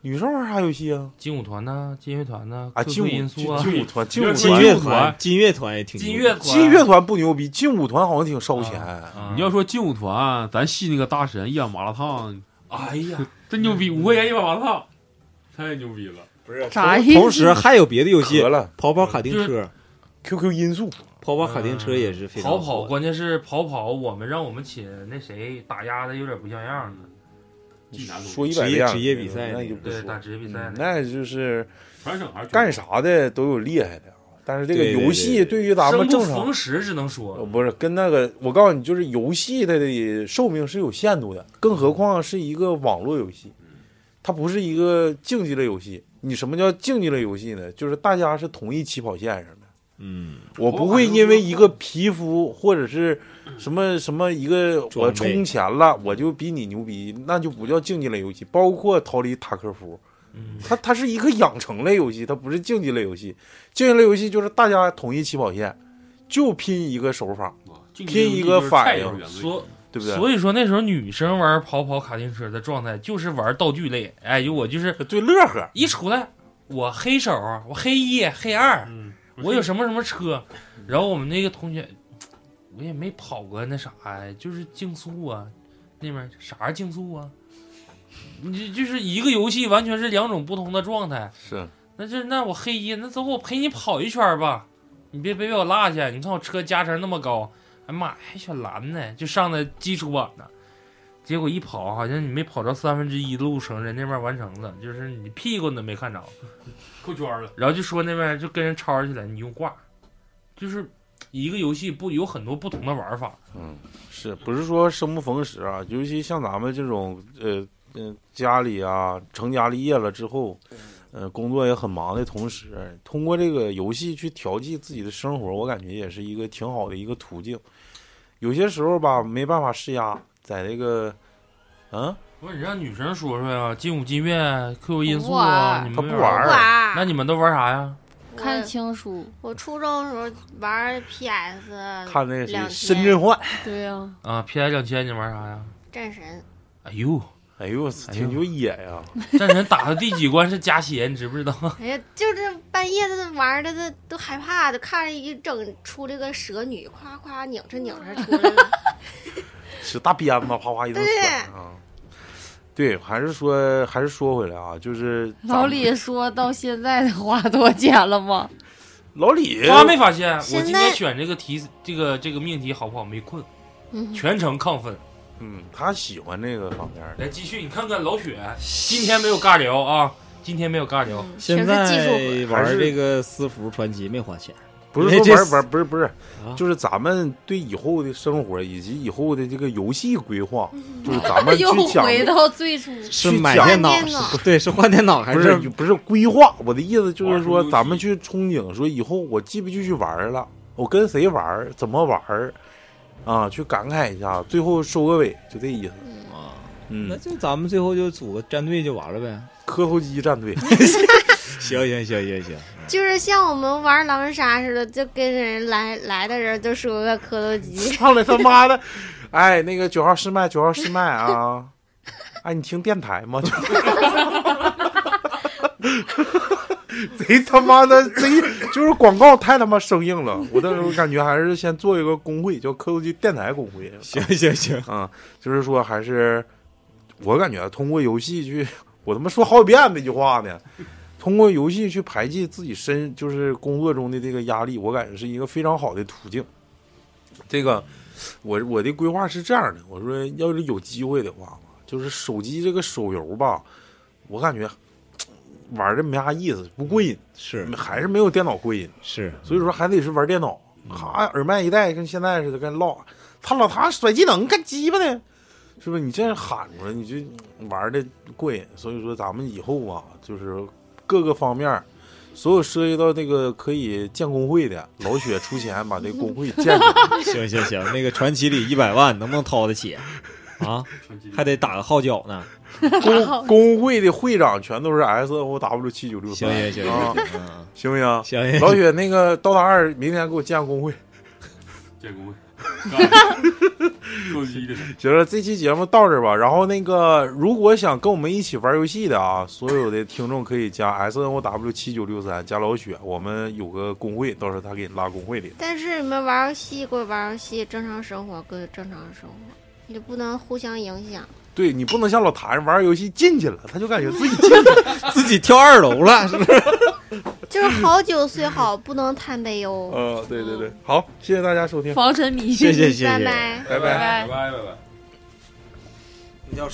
S4: 女生玩啥游戏啊？
S2: 劲舞团呐、劲乐团呐、
S4: 啊，
S2: QQ
S4: 劲舞
S2: 因素啊、
S4: 劲舞团，劲
S5: 有
S4: 舞
S5: 点
S4: 团，
S5: 劲
S7: 金
S5: 乐
S7: 乐
S5: 团
S7: 团金乐团也挺
S2: 劲
S7: 牛
S2: 乐
S7: 的
S2: 团、
S4: 劲乐团不牛逼，劲舞团好像挺烧钱。
S2: 啊，
S5: 你要说劲舞团，啊咱系那个大神一碗麻辣烫，
S2: 哎呀，
S5: 真牛逼，五块钱一碗麻辣烫，太牛逼了。
S3: 啥意思？
S7: 同时还有别的游戏
S4: 得，了
S7: 跑跑卡丁
S2: 就
S7: 车，
S4: ，QQ 音速，
S7: 跑嗯跑卡丁车也是非常
S2: 跑跑，
S7: 火的
S2: 关键是跑跑，我们让我们寝那谁打压的有点不像样了。
S4: 说一百
S7: 职业
S4: 遍
S7: 职业比赛
S4: 那
S7: 那
S4: 嗯就
S7: 种
S4: 不
S2: 对，
S4: 说
S2: 打职业比赛
S4: 嗯
S2: 那
S4: 那就是
S5: 全省还是
S4: 干啥的都有厉害的啊，但是这个
S7: 对对
S4: 游戏对于咱
S2: 生
S4: 们
S2: 不
S4: 正常
S2: 逢时，只能
S4: 呃
S2: 说
S4: 不是跟那个，我告诉你，就是游戏它的寿命是有限度的，更何况是一个网络游戏，
S7: 嗯
S4: 它不是一个竞技类游戏。你什么叫竞技类游戏呢？就是大家是同一起跑线上的，
S7: 嗯，
S4: 我不会因为一个皮肤或者是什么什么一个我
S7: 装备
S4: 充钱了，我就比你牛逼，那就不叫竞技类游戏。包括逃离塔科夫，
S2: 嗯
S4: 它它是一个养成类游戏，它不是竞技类游戏。竞技类游戏就是大家统一起跑线，就拼一个手法，拼一个反应
S2: 所
S4: 对不对？
S2: 所以说那时候女生玩跑跑卡丁车的状态就是玩道具类，哎，就我就是
S4: 对乐呵，
S2: 一出来我黑手，我黑一黑二，
S5: 嗯
S2: 我有什么什么车，然后我们那个同学我也没跑过那啥呀，就是竞速啊，那边啥竞速啊，你这就是一个游戏完全是两种不同的状态。
S4: 是
S2: 那这那我黑一，那走我陪你跑一圈吧，你别别被我落下。你看我车加成那么高，哎妈呀，还选蓝呢，就上的基础版的。结果一跑，好像你没跑着三分之一的路程，人那边完成了，就是你屁股都没看着。
S5: 扣圈了。
S2: 然后就说那边就跟人吵起来，你用挂，就是一个游戏不有很多不同的玩法。
S4: 嗯，是不是说生不逢时啊？尤其像咱们这种呃呃家里啊成家立业了之后，呃工作也很忙的同时，通过这个游戏去调剂自己的生活，我感觉也是一个挺好的一个途径。有些时候吧，没办法施压，在那个，嗯，
S2: 不是你让女生说说呀，劲舞金乐、QQ 音速
S3: 不玩
S2: 啊，你
S4: 她
S2: 们
S4: 不
S2: 没
S4: 玩儿
S6: 不玩
S2: 那
S6: 儿。
S2: 你们都玩啥呀？
S3: 看
S6: 我
S3: 情书。
S6: 我初中的时候玩儿 PS
S4: 看那谁
S6: 两
S4: 深
S6: 千
S4: 圳幻，
S3: 对呀、
S2: 啊，PS 两千你玩啥呀？
S6: 战神，
S2: 哎呦，
S4: 哎呦，我操挺牛野呀！
S2: 战神打到第几关是加血，你知不知道？
S6: 哎呀，就是半夜的玩儿的都都害怕，就看着一整出这个蛇女，夸夸拧着拧着出来了。
S4: 使大鞭子啪啪一顿甩啊。对，还是说还是说回来啊，就是咱们
S3: 老李说到现在花多少钱了吗？
S4: 老李
S2: 发没发现？我
S6: 现
S2: 今
S6: 在
S2: 天选这个题，这个这个命题好不好？没困，
S6: 嗯
S2: 全程亢奋。
S4: 嗯，他喜欢这个方面的。
S2: 来继续，你看看老雪，今天没有尬聊啊，今天没有尬聊。
S7: 现
S3: 全是技术活
S4: 还
S7: 在玩
S4: 是
S7: 这个私服传奇没花钱，
S4: 不
S7: 因
S4: 是
S7: 为
S4: 说
S7: 这
S4: 玩
S7: 是
S4: 玩，不是不是，
S7: 啊
S4: 就是咱们对以后的生活以及以后的这个游戏规划，就是 咱们去
S3: 嗯又
S4: 讲
S3: 哎回到最初，
S4: 去
S7: 是买
S4: 讲
S7: 电脑
S6: 换电脑，
S7: 是对，是换电脑还
S4: 不是不是规划，我的意思就是
S5: 玩儿
S4: 说
S5: 什么游戏
S4: 咱们去憧憬，说以后我继不继续玩儿了，我跟谁玩儿，怎么玩儿，啊，去感慨一下，最后收个尾，就这意思。
S7: 啊？那
S4: 嗯，
S7: 就咱们最后就组个战队就完了呗。
S4: 磕头机战队，
S7: 行行行行行，
S6: 就是像我们玩狼杀似的，就跟人来来的人就说个磕头机，
S4: 上来他妈的，哎，那个九号试麦，九号试麦 啊，哎，你听电台吗？就 贼他妈的贼，就是广告太他妈生硬了。我当时我感觉还是先做一个工会，叫磕头机电台工会。
S7: 行行行，
S4: 啊、就是说还是我感觉通过游戏去，我他妈说好几遍这句话呢，通过游戏去排解自己身就是工作中的这个压力，我感觉是一个非常好的途径。这个我我的规划是这样的，我说要是有机会的话，就是手机这个手游吧，我感觉玩的没啥意思，不过瘾，
S7: 是
S4: 还是没有电脑过瘾。
S7: 是，
S4: 所以说还得是玩电脑，哈耳麦一戴，跟现在似的跟唠，他老他甩技能干鸡巴呢，是不是？你这样喊出来，你就玩的过瘾。所以说咱们以后啊，就是各个方面儿，所有涉及到这个可以建工会的，老雪出钱把这工会建起来。
S7: 行行行，那个传奇里一百万能不能掏得起啊？还得打个号角呢。
S4: 工工会的会长全都是 S O W 七九六
S7: 行
S4: 三，
S7: 行行
S4: 啊
S7: 行行嗯
S4: 行不行？
S7: 行行
S4: 老雪，那个《刀塔二》明天给我建工会。
S5: 建工会， 扣机的
S4: 行了，这期节目到这儿吧。然后那个，如果想跟我们一起玩游戏的啊，所有的听众可以加 S N O W 七九六三加老雪，我们有个工会，到时候他给你拉工会里。
S6: 但是你们玩游戏归玩游戏，正常生活归正常生活，你就不能互相影响。
S4: 对你不能像老谭玩游戏进去了，他就感觉自己 进去了。
S7: 自己跳二楼了，是不是？
S6: 就是好酒虽好，不能贪杯哦哟。
S4: 呃，对对对，好，谢谢大家收听，
S3: 防沉迷。
S7: 谢谢谢谢。
S6: 拜拜。
S4: 拜拜
S5: 拜拜拜拜。
S7: 要